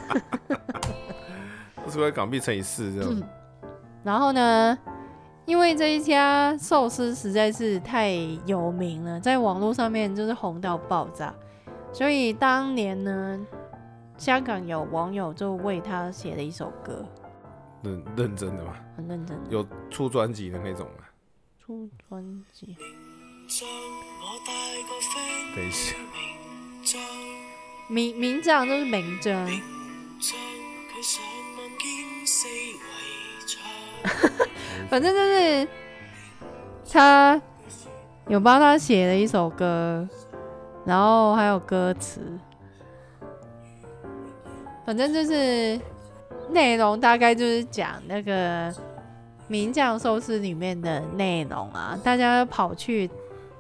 六十块港币乘以四这样。
嗯然后呢，因为这一家寿司实在是太有名了，在网络上面就是红到爆炸，所以当年呢，香港有网友就为他写了一首歌，
认认真的嘛，
很认真的
有出专辑的那种嘛。
出专辑。
等一下，
名名将就是名将， 反正就是他有帮他写了一首歌，然后还有歌词，反正就是内容大概就是讲那个名将寿司里面的内容啊，大家跑去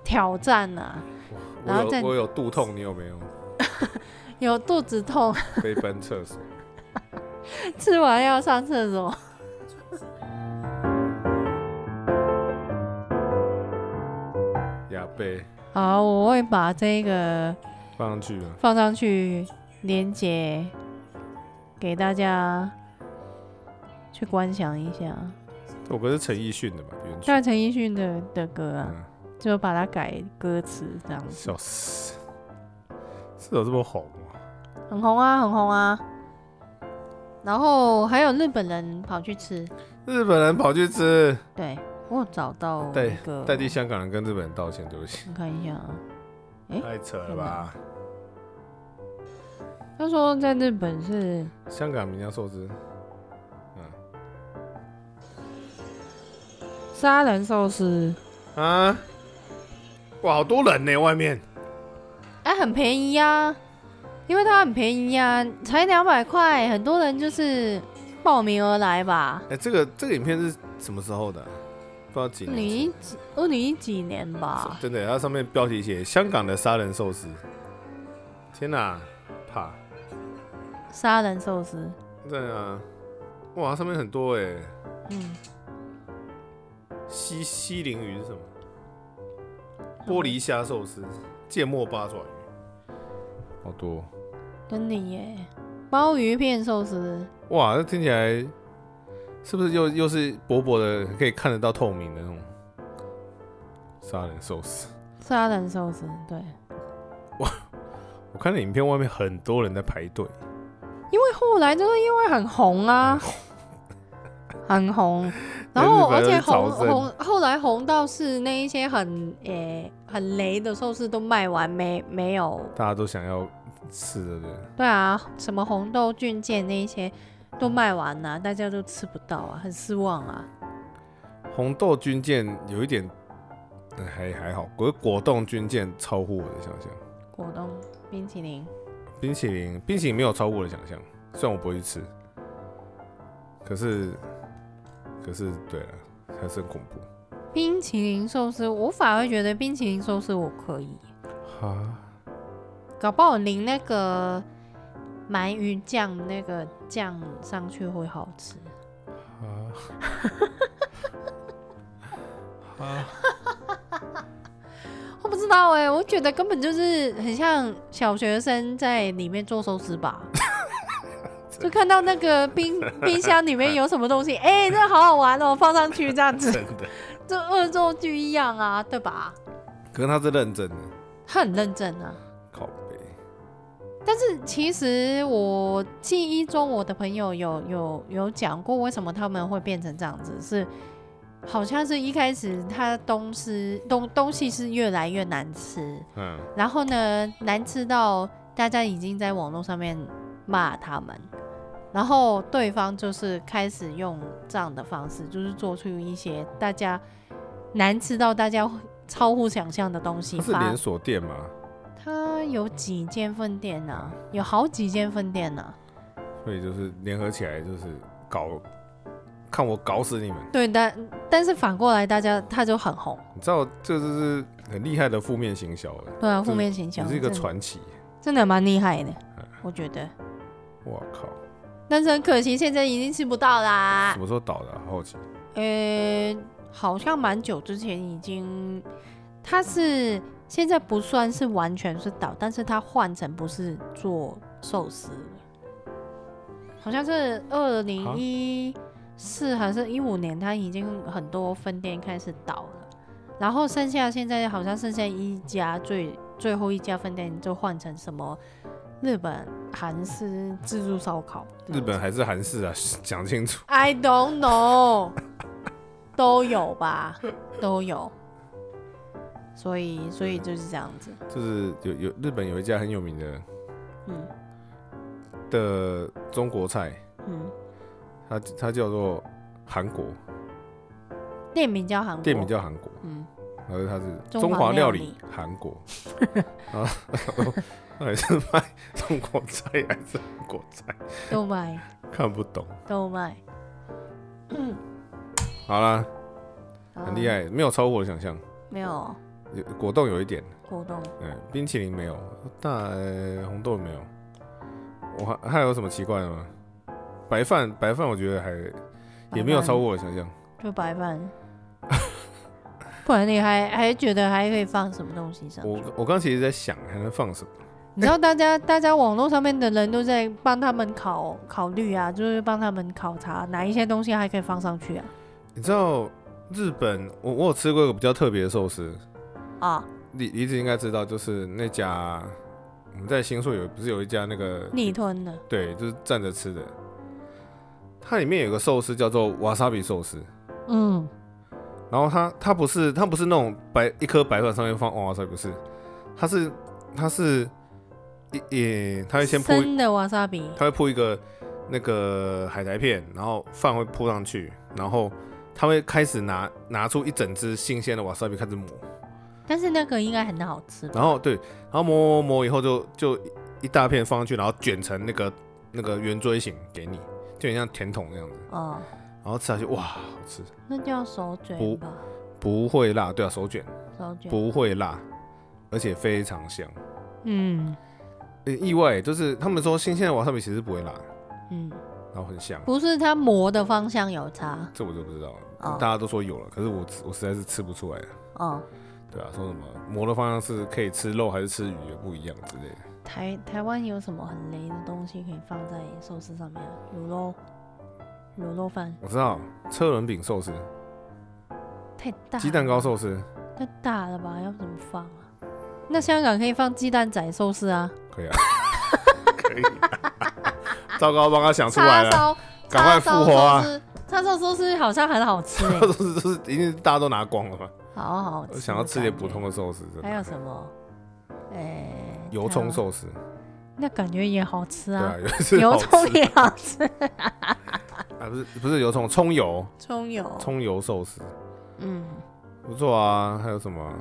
挑战啊，然后
我
再
有我有肚痛，你有没有？
有肚子痛，
飞奔厕所。
吃完要上厕所。
亚贝
好，我会把这个
放上去了，
放上去连接给大家去观想一下。
我哥是陈奕迅的吧？原曲。
但陈奕迅的的歌啊，
嗯，
就把它改歌词这样子，
笑死，是有这么红吗？
很红啊，很红啊。然后还有日本人跑去吃，
日本人跑去吃，
对我有找到
代
一个，
代替香港人跟日本人道歉，对不起，
你看一下啊，诶
太扯了吧？
他说在日本是
香港名叫寿司，
杀人寿司，
嗯啊，哇，好多人呢，外面
哎、很便宜呀、因为它很便宜呀、才两百块，很多人就是报名而来吧
哎、。这个这个影片是什么时候的啊、不知道几
二零哦
年
一几，二零一几年吧
前，，真的，它上面标题写“香港的杀人寿司”，天哪、怕
杀人寿司，
对啊，哇，它上面很多哎，
嗯，
西西林鱼是什么？玻璃虾寿司、芥末八爪鱼，好多
真的耶，鲍鱼片寿司，
哇！这听起来是不是又又是薄薄的，可以看得到透明的那种杀人寿司？
杀人寿司，对，
我看了影片，外面很多人在排队，
因为后来就是因为很红 啊，很红，然
日
后
本
而
人
且
是朝
红
圣
红后来红到是那一些很诶、很雷的寿司都卖完没没有，
大家都想要吃的，对不对
对啊，什么红豆菌舰那一些都卖完了、大家都吃不到啊，很失望啊，
红豆军舰有一点，呃还还好，果果冻军舰超乎我的想象。
果冻冰淇淋，
冰淇淋，冰淇淋没有超过我的想象，虽然我不会去吃，可是，可是对了，还是很恐怖
冰淇淋寿司，我反而觉得冰淇淋寿司我可以。
啊！
搞不好淋那个鳗鱼酱那个酱上去会好吃。 我不知道哎、我觉得根本就是很像小学生在里面做寿司 吧，就看到那个冰冰箱里面有什么东西，哎、这好好玩哦，放上去这样子，
的，
就恶作剧一样啊，对吧？
可是他是认真的，
他很认真啊。
靠背
但是其实我记忆中，我的朋友有有有讲过，为什么他们会变成这样子，是好像是一开始他东西东东西是越来越难吃，
嗯，
然后呢难吃到大家已经在网络上面骂他们，然后对方就是开始用这样的方式，就是做出一些大家难吃到大家超乎想象的东西
他是
发
连锁店嘛，
它有几间分店呢、有好几间分店呢、
所以就是联合起来就是搞，看我搞死你们！
对，但但是反过来，大家它就很红，
你知道这就是很厉害的负面行销了，
对啊，
这
负面形象
你是一个
真的
传奇，
真的蛮厉害的，我觉得。
我靠，
啊但是很可惜，现在已经吃不到啦
什。么时候倒的啊、好奇，
呃，好像蛮久之前已经，它是现在不算是完全是倒，但是它换成不是做寿司了，好像是二零一四还是一五年，它已经很多分店开始倒了，然后剩下现在好像剩下一家最最后一家分店就换成什么日本韩式自助烧烤，
日本还是韩式啊？讲清楚，
I don't know，都有 吧，都有。所以，所以就是这样子。
就是有有日本有一家很有名的
嗯
的中国菜，
嗯，
它它叫做韩国，
店名叫韩国，
店名叫韩国，
嗯，
然后它是
中
中
华
华
料
料理
理
韩国， 然后我想说 到底是卖中国菜还是韩国菜，
都卖
看不懂。
都卖，
好啦，很厉
啊，
害，没有超乎我的想象。
没有哦
有果冻有一点，
果冻，
嗯，冰淇淋没有，大、呃、红豆没有。我还还有什么奇怪的吗？白饭白饭我觉得还也没有超乎我的想象。
就白饭， 不然你还还觉得还可以放什么东西上去？
我我刚其实在想还能放什么，
你知道大 家大家网络上面的人都在帮他们考考虑啊，就是帮他们考察哪一些东西还可以放上去啊
你知道日本我我有吃过一个比较特别的寿司，
啊，
李李子应该知道，就是那家我们在新宿有不是有一家那个
逆吞的
对，就是站着吃的，它里面有个寿司叫做瓦萨比寿司，
嗯，
然后它它不是它不是那种白一颗白饭上面放瓦萨比，不是，它是它是一也它会先铺
嗯生的瓦萨比，
它会铺一个那个海苔片，然后饭会铺上去，然后它会开始拿拿出一整只新鲜的瓦萨比开始抹，
但是那个应该很好吃吧？
然后对，然后磨磨磨以后就就一大片放上去，然后卷成那个那个圆锥形给你，就很像甜筒那样子。
哦，
然后吃下去，哇，好吃，
那叫手卷
不
吧，
不会辣，对啊，手卷
手卷，
不会辣，而且非常香。
嗯
呃意外就是他们说新鲜的瓦萨比其实不会辣，
嗯，
然后很香，
不是它磨的方向有差
这我就不知道了。
哦
大家都说有了，可是我我实在是吃不出来了。
哦，
对啊，说什么磨的方向是可以吃肉还是吃鱼也不一样之类的。
台台湾有什么很雷的东西可以放在寿司上面啊？卤肉卤肉饭
我知道车轮饼寿司、
太大了吧，
鸡蛋糕寿司
太大了吧？要怎么放啊？那香港可以放鸡蛋仔寿司啊，
可以啊， 可以、啊。糟糕，帮他想出来
叉
了，
烧，
赶快复活啊
叉烧寿司！叉烧寿司好像很好吃 哎、
这是这是一定大家都拿光了吧？
好好
我
吃。
想要吃点普通。的寿司，真的
还有什么？哎、
油葱寿司，
那感觉也好吃
对
啊
啊，，有一次
油
好
葱
吃
也好吃，
啊，不是不是油葱，葱油
葱油，
葱油寿司
嗯。
不错啊。还有什么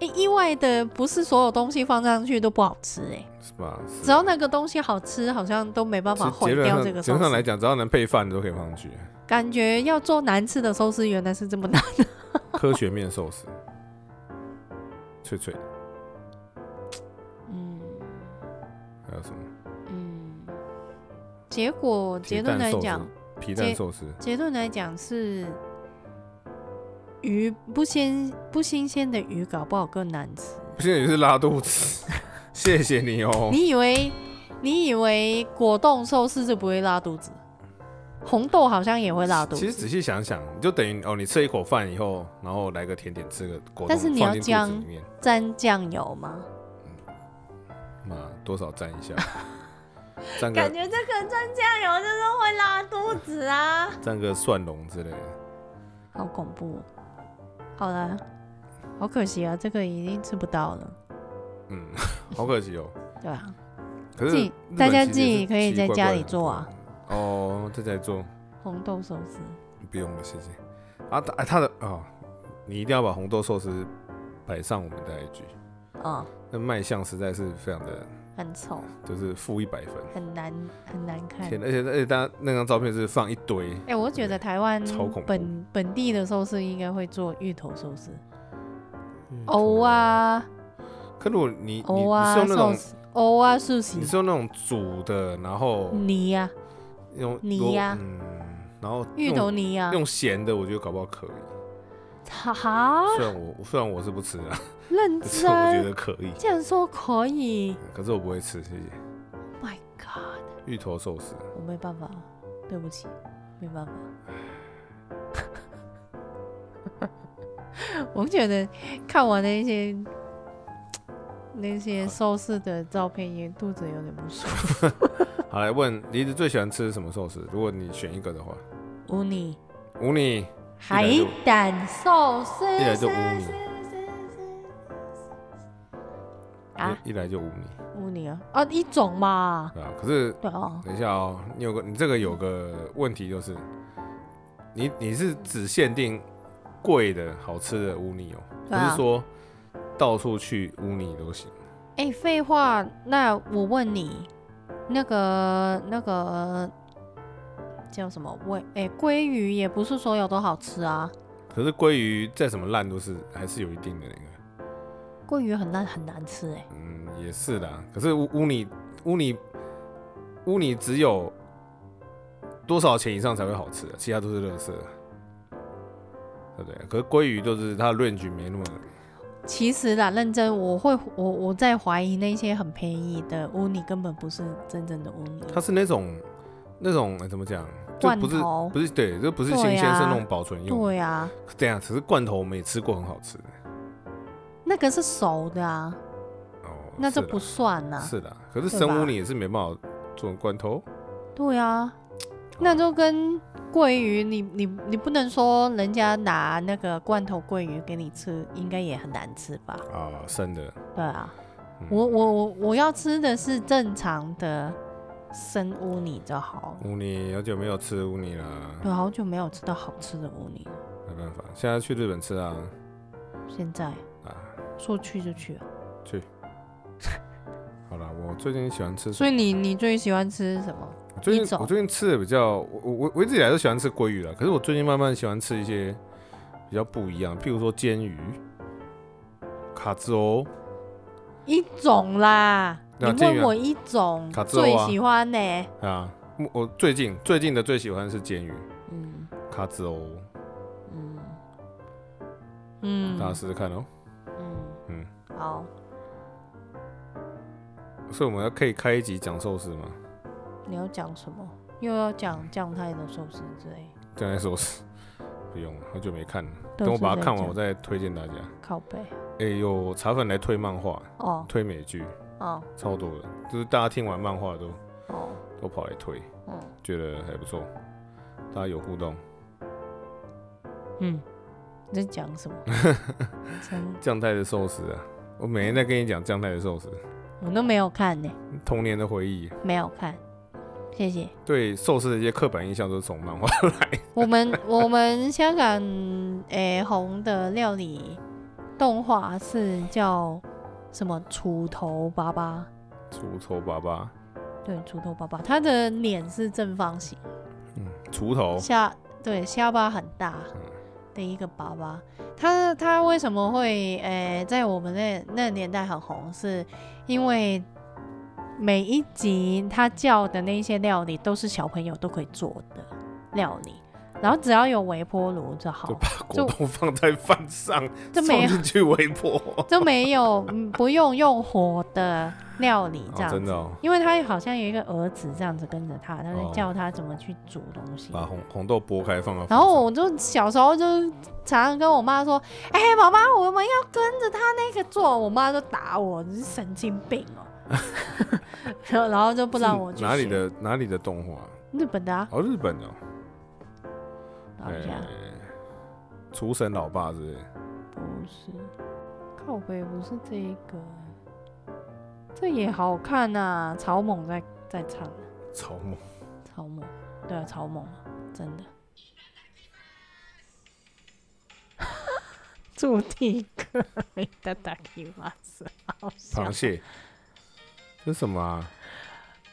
意意外的，不是所有东西放上去都不好吃哎、
是吧？是
只要那个东西好吃，好像都没办
其
法
实结
毁
论
掉
上
这个寿
结论上来
司。
讲，只要能配饭的都可以放上去。
感觉要做难吃的寿司，原来是这么难。
科学面寿司，脆脆的。
嗯
还有什么
嗯，结果结
皮
论
蛋
来
寿
讲
司，？皮蛋
结
寿司
结论来讲是鱼不鲜不新鲜的鱼，搞不好更难吃。
不现在也是拉 肚子。谢谢你哦，
你以为你以为果冻寿司就不会拉肚子？红豆好像也会拉肚
其实仔
子，
细想想，你就等于哦，你吃一口饭以后，然后来个甜点，吃个果冻，
但是你
放
要
进肚子
姜
里面，
沾酱油吗？
嘛多少沾 一下，沾
感
个
觉这个蘸酱油就是会拉肚子啊，
沾个蒜蓉之类的。
好恐怖哦。好了，好可惜啊，这个已经吃不到了，
嗯，好可惜哦。
对啊，
可
自
是
己
日本
大家
其实
自己
是
可以
奇
在
怪
家
怪
里
的
做啊
多。哦，在家里做
红豆寿司
不用了，谢谢。啊，它它的哦，你一定要把红豆寿司摆上我们的 IG，
啊、
那卖相实在是非常的，
很丑，
就是负一百分。
很难很难看。
天，而且而且大家那张照片是放一堆，
哎、我觉得台湾
超恐怖
本本地的寿司应该会做芋头寿司，
嗯
藕，啊，
可如果你你你
藕啊，
是用那
寿
种
司，藕啊，寿
你
司，
是用那种煮的，然后
泥啊，
用
泥呀
嗯，然后
芋
用
头啊泥啊，
用咸的，我觉得搞不好可以。
哈哈，
虽然我虽然我是不吃 啊，
认
可是我觉
真，
得可以，
这样说可以
可是我不会吃，谢谢。
Oh，My God。
芋头寿司，
我没办法，对不起，没办法。 我觉得看完那些那些寿司的照片，也肚子有点不舒服。
好来问梨子最喜欢吃什么寿司？如果你选一个的话，
乌尼
无你
海胆寿司，
一来就污泥
啊，
一一来就无你，
乌尼啊，啊一种嘛，
对吧？啊可是
对哦，
等一下哦，你有个你这个有个问题就是，你你是只限定贵的好吃的乌尼哦，不
对啊
是说到处去乌尼都行。
哎、废话，那我问你，那个那个叫什么味？哎、鲑鱼也不是所有都好吃啊，
可是鲑鱼再怎么烂都是还是有一定的那个，
鲑鱼很烂很难吃哎、
嗯，也是啦。可是乌乌尼乌尼乌尼只有多少钱以上才会好吃、啊，其他都是垃圾、啊对不对？可是鲑鱼就是它的 range 没那么
其实啦，认真我会我我在怀疑那些很便宜的乌尼根本不是真正的乌尼，
它是那种那种、呃怎么讲，就
罐
不是
头
不是对，这不是新
对
鲜，
啊
是那种保存用的。
对啊，
对啊，只是罐头我们也吃过，很好吃。
那个是熟的啊，
哦，
那这
是
不算呐、
啦是的，可是
对
生
吧
乌你也是没办法做罐头。
对啊，那就跟鲑鱼，你你你不能说人家拿那个罐头鲑鱼给你吃，应该也很难吃吧？
啊，生的。
对啊，
嗯
我我我我要吃的是正常的生乌泥就好了。
乌尼好久没有吃乌尼啦，
我好久没有吃到好吃的乌泥了，
没办法，现在去日本吃啊
现在
啊！
说去就去了。啊
好啦，我最近喜欢吃什
所
么，
以你你最喜欢吃什么？
我最
一
近
种
我最近吃的比较，我我我我一直以来都喜欢吃鲑鱼啦，可是我最近慢慢喜欢吃一些比较不一样，譬如说煎鱼、卡哦兹欧，
一种啦，你
那煎
问
鱼啊
我一种
卡兹欧
最
啊
喜欢呢、
啊，目我最近最近的最喜欢是煎鱼
嗯
卡兹欧，
嗯
大家
嗯
试试看哦。
嗯，好，
所以我们要可以开一集讲寿司吗？
你要讲什么？又要讲酱太的寿司之类，
这样来寿司 不用了，好久没看了，
都
等我
是
把它
在
看完，
讲
我再推荐大家。
靠背。
哎、有茶粉来推漫画、
哦
推美剧，
哦
超多的，就是大家听完漫画都
哦，
都跑来推，
嗯
觉得还不错，大家有互动。
嗯，你在讲 什么？真
酱太的寿司啊，我每天在跟你讲酱太的寿司，
我都没有看呢、
童年的回忆，
没有看，谢谢。
对寿司的一些刻板印象都是从漫画 来的。
我们我们香港诶、红的料理动画是叫什么？锄头爸爸，
锄头爸爸，
对，锄头爸爸，他的脸是正方形，
嗯，锄头，
下对下巴很大
嗯
的一个爸爸，他他为什么会呃在我们那那个年代很红？是因为每一集他叫的那些料理都是小朋友都可以做的料理，然后只要有微波炉就好
就，把 果冻放在饭上，
就没
送
有
进去微波。
就没有嗯不用用火的料理这
哦，
样
真
子。
的哦，
因为他好像有一个儿子这样子跟着他，他
哦
就叫他怎么去煮东西。
把红红豆剥开放到。
然后我就小时候就常常跟我妈说：“哎、妈妈，我们要跟着他那个做。”我妈就打我，你是神经病哦、 然后然后就不让我去
是哪里
学
的哪里的动画？
日本的啊，
哦，日本的哦，哎
好像、
厨神老爸之类的。
不是靠北，不是这一个，这也好看呐、草蜢在在唱啊，
超猛！
草蜢，对啊，草蜢啊，真 的。主题歌，いただきます，好笑
螃。蟹，这是什么啊？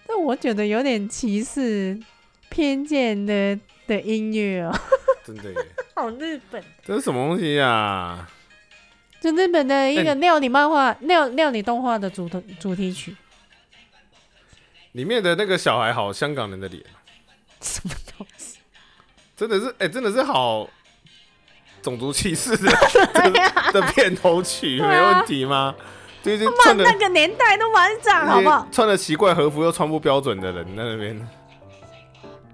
但我觉得有点歧视、偏见的的音乐哦，
真的耶，
好日本，
这是什么东西呀？
就日本的一
哎
个料理漫画、料料理动画的主题主题曲，
里面的那个小孩好香港人的脸，
什么东西？
真的是，哎，真的是好种族歧视的的的片头曲，
对
没
啊
问题吗？就已经
妈，
穿的
那个年代都玩长好不好？
穿的奇怪和服又穿不标准的人在那边，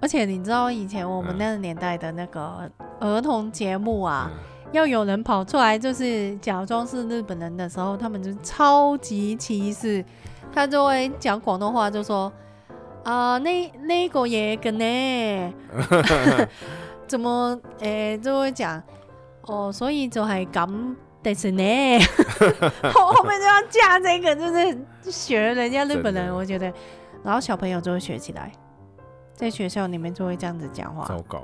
而且你知道以前我们
嗯
那个年代的那个儿童节目啊，
嗯
要有人跑出来就是假装是日本人的时候，他们就超级歧视，他就会讲广东话，就说啊、那那个也跟呢， 怎么诶、就会讲哦，所以就系咁。但是呢， 后后面就要加这个，就是学人家日本
真
人，
的
我觉得，然后小朋友就会学起来，在学校里面就会这样子讲话。
糟糕。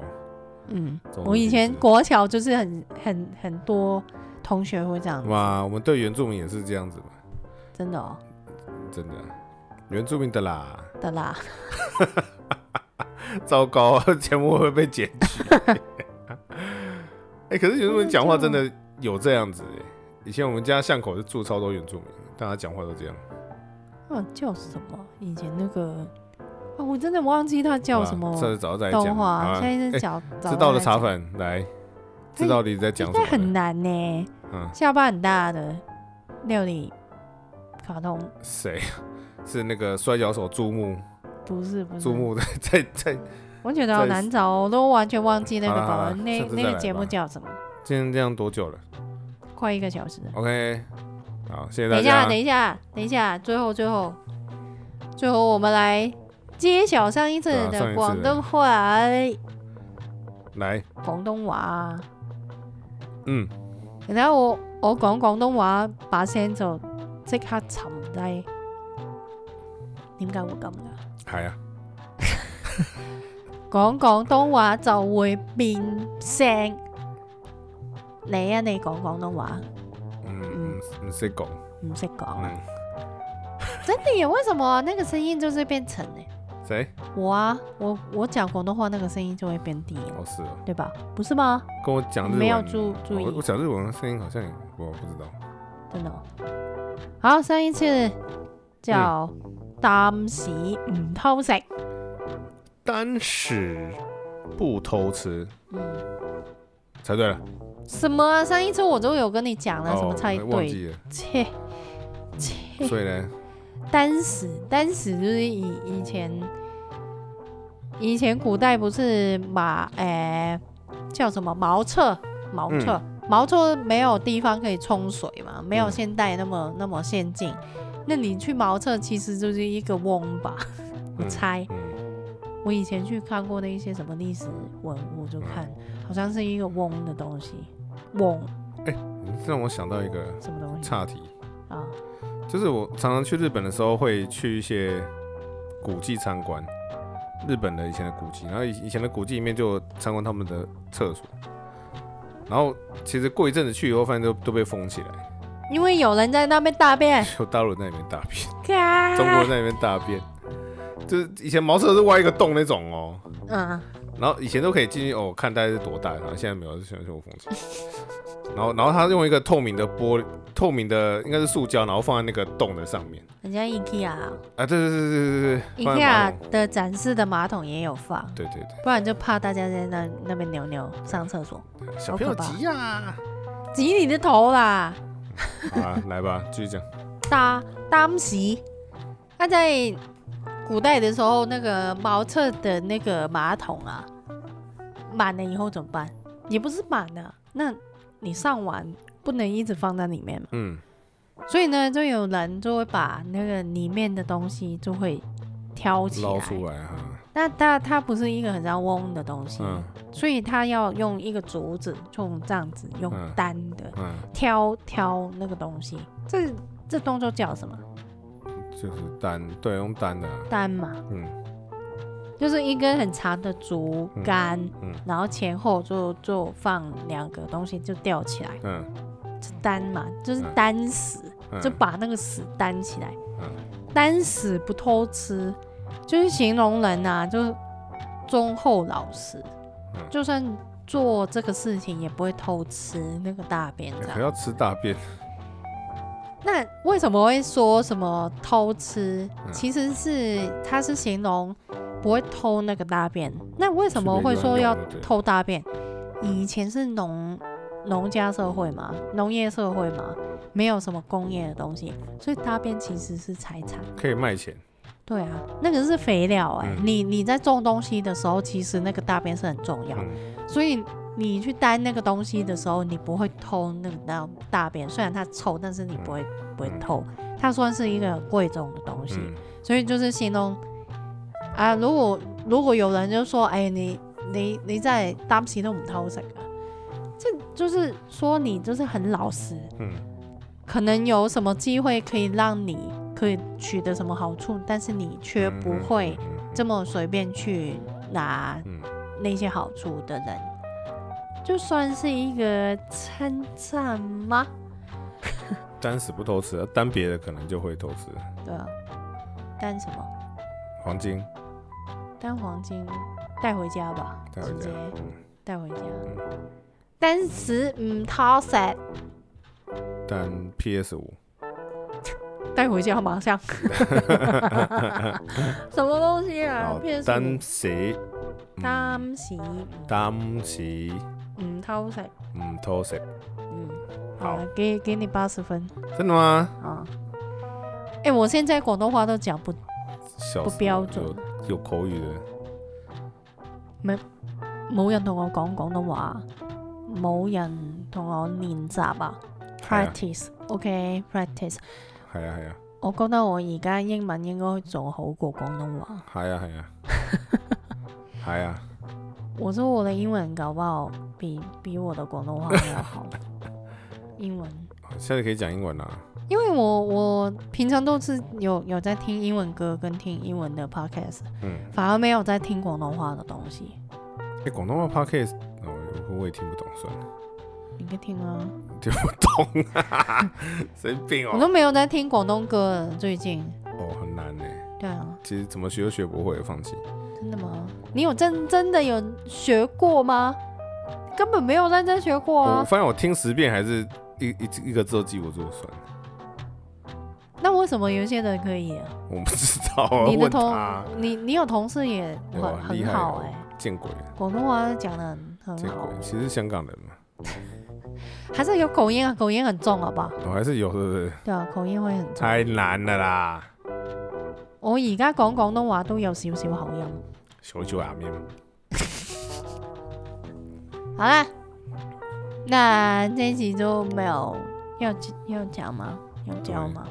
嗯，
总而
我以
言
前
之
国小就是很很很多同学会这样子，
哇，我们对原住民也是这样子嘛，
真的哦
真的，原住民的啦，
的啦。
糟糕，节目会被检 举。哎、可是原住民讲话真的有这样子、欸，以前我们家巷口就住超多原住民，大家讲话都这样。
那叫什么？以前那个啊，我真的忘记他叫什么
好吧啊这早再
动
讲。
画，
好吧
现在
哎
是讲
知道的茶粉来，知道你在讲
应
什
该
么
很
了？
难呢，
嗯，
下巴很大的料理卡通
谁？ 是那个摔跤手朱木，
不是不是
朱，木在在 在，
我觉得好
在
难找哦，我都完全忘记那个
好啦好
宝
啦
那
下次再
那个
来
节目
吧
叫什么，
今天这样多久了
快一个小时了。
？OK，好，谢谢
等
大
一下，
家
等。一下，等一下，最后，最后，最后，我们来揭晓上一次
对啊上一
的
次
广
的
东话，
来，
广东話。
嗯，
然後我我講廣東話把聲就即刻沉低，點解會咁噶？
海啊，
講廣東話就會變聲。你啊，你講廣東話
嗯，唔唔识讲，
唔識講啊？
嗯，
真的耶？為什麼啊那個聲音就是變沉呢？
谁？
我啊，我我講廣東話那個聲音就會變低耶，
哦，是哦，
對吧？不是嗎？
跟啊我讲日文，
没有注注意
哦我我讲日文的声音好像也我不知道，
真的、哦。好，上一次叫
嗯
擔屎唔偷食，
单屎不偷吃，
嗯，
猜对了，
什么啊？上一次我都有跟你讲了，什么
哦，
猜
忘
对？
记 了，
切切，
所以呢，
单屎单屎就是以以前以前古代不是马诶、叫什么茅厕茅厕。茅厕没有地方可以冲水嘛，没有
嗯
现代那么、那么先进。那你去茅厕其实就是一个翁吧， 我
嗯
猜。
嗯，
我以前去看过那一些什么历史文物，就看
嗯
好像是一个翁的东西，翁
你让我想到一个
什么东西
岔题，
啊？
就是我常常去日本的时候，会去一些古迹参观，日本的以前的古迹，然后以以前的古迹里面就有参观他们的厕所，然后其实过一阵子去以后，发现都都被封起来，
因为有人在那边大 便，
就大陆人在里面大便，
嘎
中国人在里面大便，就是以前茅厕是挖一个洞那种哦，
嗯，
然后以前都可以进去哦，看大概是多大，然后现在没有，就现在就封起来。然后，然后他用一个透明的玻璃，透明的应该是塑胶，然后放在那个洞的上面。
人家 IKEA
啊，对对对对对对，放在马桶
IKEA 的展示的马桶也有放，
对对
不然就怕大家在那那边扭扭上厕所，
对，小朋友急呀、啊！
挤你的头啦，
好啊，来吧，继续讲。
搭当时，那在古代的时候，那个茅厕的那个马桶啊，满了以后怎么办？也不是满了，那你上完不能一直放在里面嘛，
嗯，
所以呢，就有人就会把那个里面的东西就会挑起来。
捞出来哈、
那它它不是一个很像嗡的东西，
嗯
所以它要用一个竹子，用这样子用
嗯
单的、
嗯，
挑挑那个东西。这这动作叫什么？
就是单，对，用单的、啊，
单嘛，
嗯
就是一根很长的竹竿，
嗯嗯
然后前后就就放两个东西就吊起来，
嗯
就单嘛，就是
嗯
单死，
嗯，
就把那个死担起来，
嗯
单死不偷吃，就是形容人呐、就是忠厚老实，
嗯
就算做这个事情也不会偷吃那个大便这
还
样。
要吃大便，
那为什么会说什么偷吃？
嗯
其实是它是形容不会偷那个大便。那为什么会说要偷大便？以前是农农家社会嘛，农业社会嘛，没有什么工业的东西，所以大便其实是财产。
可以卖钱。
对啊，那个是肥料哎、
嗯
你你在种东西的时候，其实那个大便是很重要，
嗯
所以你去担那个东西的时候，你不会偷那个大大便，虽然它臭，但是你不会、不会偷，它算是一个很贵重的东西，
嗯
所以就是形容啊，如果如果有人就说，哎、你你你在担屎都唔偷食啊，这就是说你就是很老实，
嗯
可能有什么机会可以让你可以取得什么好处，但是你却不会
嗯嗯嗯
这么随便去拿
嗯
那些好处的人。就算是一个称赞吗？
单死不偷吃，呃单别的可能就会偷吃。
对啊，单什么？
黄金
单黄金带回家吧，
带回
直
家
接，
嗯，
带回家。单词嗯唔偷食，
单 PS 五，
带回家马 上。什么东西啊
好？
骗，什么
单时，嗯
单时
单时
唔偷食。
唔偷食，
嗯，好
好
了，给给你八十分
真的吗？
啊。哎、我现在广东话都讲不
小
不
时候
标准
有有口语的，
冇人同我講廣東話，冇人同我練習啊
係啊
，practice，OK，practice。
係啊係啊
我覺得我而家英文應該做好過廣東話。
係啊 係啊係啊，
我說我的英文搞不好比比我的廣東話還要 好。英文，
下次可以講英文啊啦。
因為我我平常都是有有在聽英文歌跟聽英文的 podcast，
嗯，
反而沒有在聽廣東話的東西。
哎，廣東話 podcast 哦，我我也聽不懂，算了，
你可以聽啊，
聽不懂啊，神經病
我
哦。
都沒有在聽廣東歌了最近。
哦，很難呢，
對啊，
其實怎麼學都學不會，放棄。
真的吗？你有真真的有学过吗？根本没有认真学过
我
啊！
发现我听十遍还是一一字一个字都记不住，算了，
那为什么有些人可以、啊？
我不知道啊，
你的
问
同
他，
你你有同事也
对
很、
吧？很厉
很
害
好
哦
哎、，
见鬼，
广东话讲的很很
见
好
鬼，，其实香港人嘛，
还是有口音啊，口音很重好吧？
我还是有，对不对？
对啊，口音会很重。
太难了啦，
我而家讲广东话都有少少口音。
小九阿面，
好啦，那这一集就没有要要讲吗？要教吗？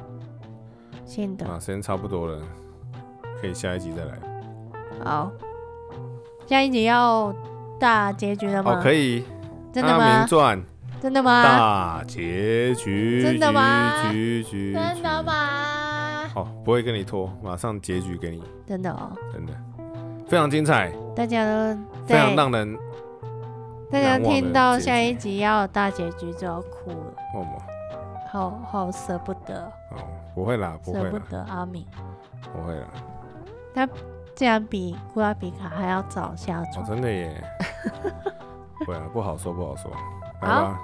先的。
啊，时间差不多了，可以下一集再来，嗯
好，下一集要大结局了吗？
哦，可以，
真的
阿
吗啊
明？传
真的吗？
大结局，
真的吗
局局，
真的？吗？
好，不会跟你拖，马上结局给你，
真的哦，
真的，非常精彩，
大家都
非
对，
常让人，
大家
难忘的
听到
结局
下一集要有大结局就要哭了，
哦嘛，
好好舍不得，
哦，不会啦，不会
舍不
啦，
得阿敏，
不会啦。
这样比库拉比卡还要早下
哦，
床。
真的 耶！不啊，不好说，不好说。来吧，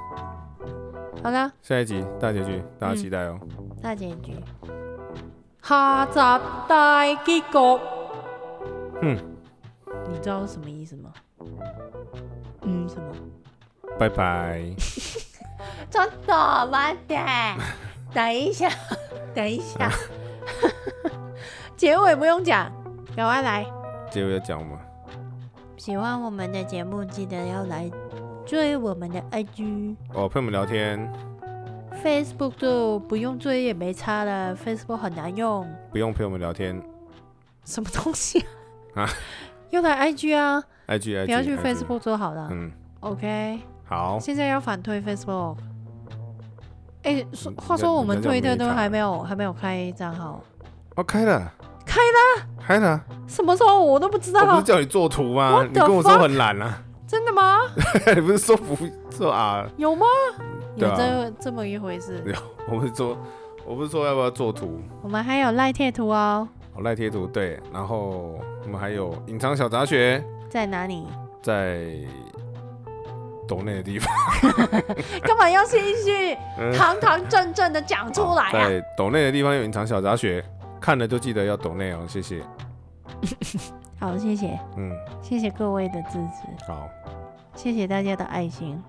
好啦，
下一集大结局，
嗯
大家期待哦。
大结局，下集大结局。
嗯，
你知道是什么意思吗？嗯，什么？
拜拜。
ちょっと待って，等一下，等一下，结尾不用讲，赶快来。
结尾要讲吗？
喜欢我们的节目，记得要来追我们的 IG、
哦，陪我们聊天，
Facebook，就不用追也没差了，Facebook 很难用。
不用陪我们聊天。
什么东西啊
啊？
用来 IG 啊，
IG IG，
不要去
IG
Facebook 做好了。
嗯，哦
OK，
好。
现在要反推 Facebook。哎、说
嗯
话说我们
人家
推
人
特都
家没看
还没有还没有开账号。
哦，开了，
开
了，开了。
什么时候我都不知
我不
道
是，叫你做图吗？
What
你
the
跟我说很懒啊，
真的吗？
你不是说不说啊？
有吗？有
对啊
这这么一回事。
我不是说，我不是说要不要做图？
我们还有赖贴图哦，
哦，赖贴图对，然后我们还有隐藏小杂学，
在哪 里？
在抖内的地方。
根本要心虚，堂堂正正的讲出来
好
啊！
在抖内的地方有隐藏小杂学，看了就记得要抖内哦，谢谢。
好，谢谢，
嗯，
谢谢各位的支持，
好，
谢谢大家的爱心，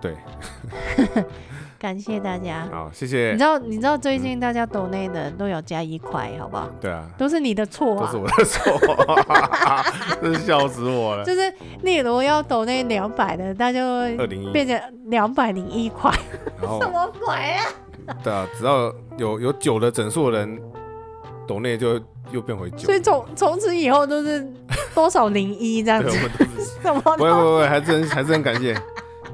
对，
感谢大家。
好，谢
你
谢
知。道，你知道最近大家抖内的都有加一块，好不好？
对啊，
都是你的错
都
啊
是！我的错， 真是笑死我了。
就是例如要抖内两百的，大家
二
就
零一，
变成两百零一块，
然后
呃什么鬼啊？
对啊，只要有有九的整数的人，抖内就又变回九
所。以从从此以后都是多少零一这样
对，我
子，
们都是。
什么
不会不会
都
不会，还是很还是很感谢。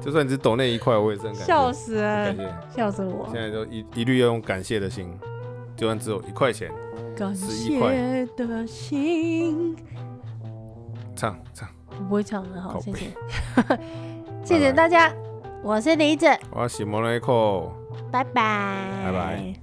就算你只抖内一块，我也是很
笑
感谢。
死
很感
了，
谢，
笑死我
现！在都一一律要用感谢的心，就算只有一块钱，
感
11块
谢的心，
唱唱。
我不会唱了，好，
靠
谢
背
谢。谢谢
拜拜
大家，我是李子，
我是 Monaco。
拜拜，
拜拜。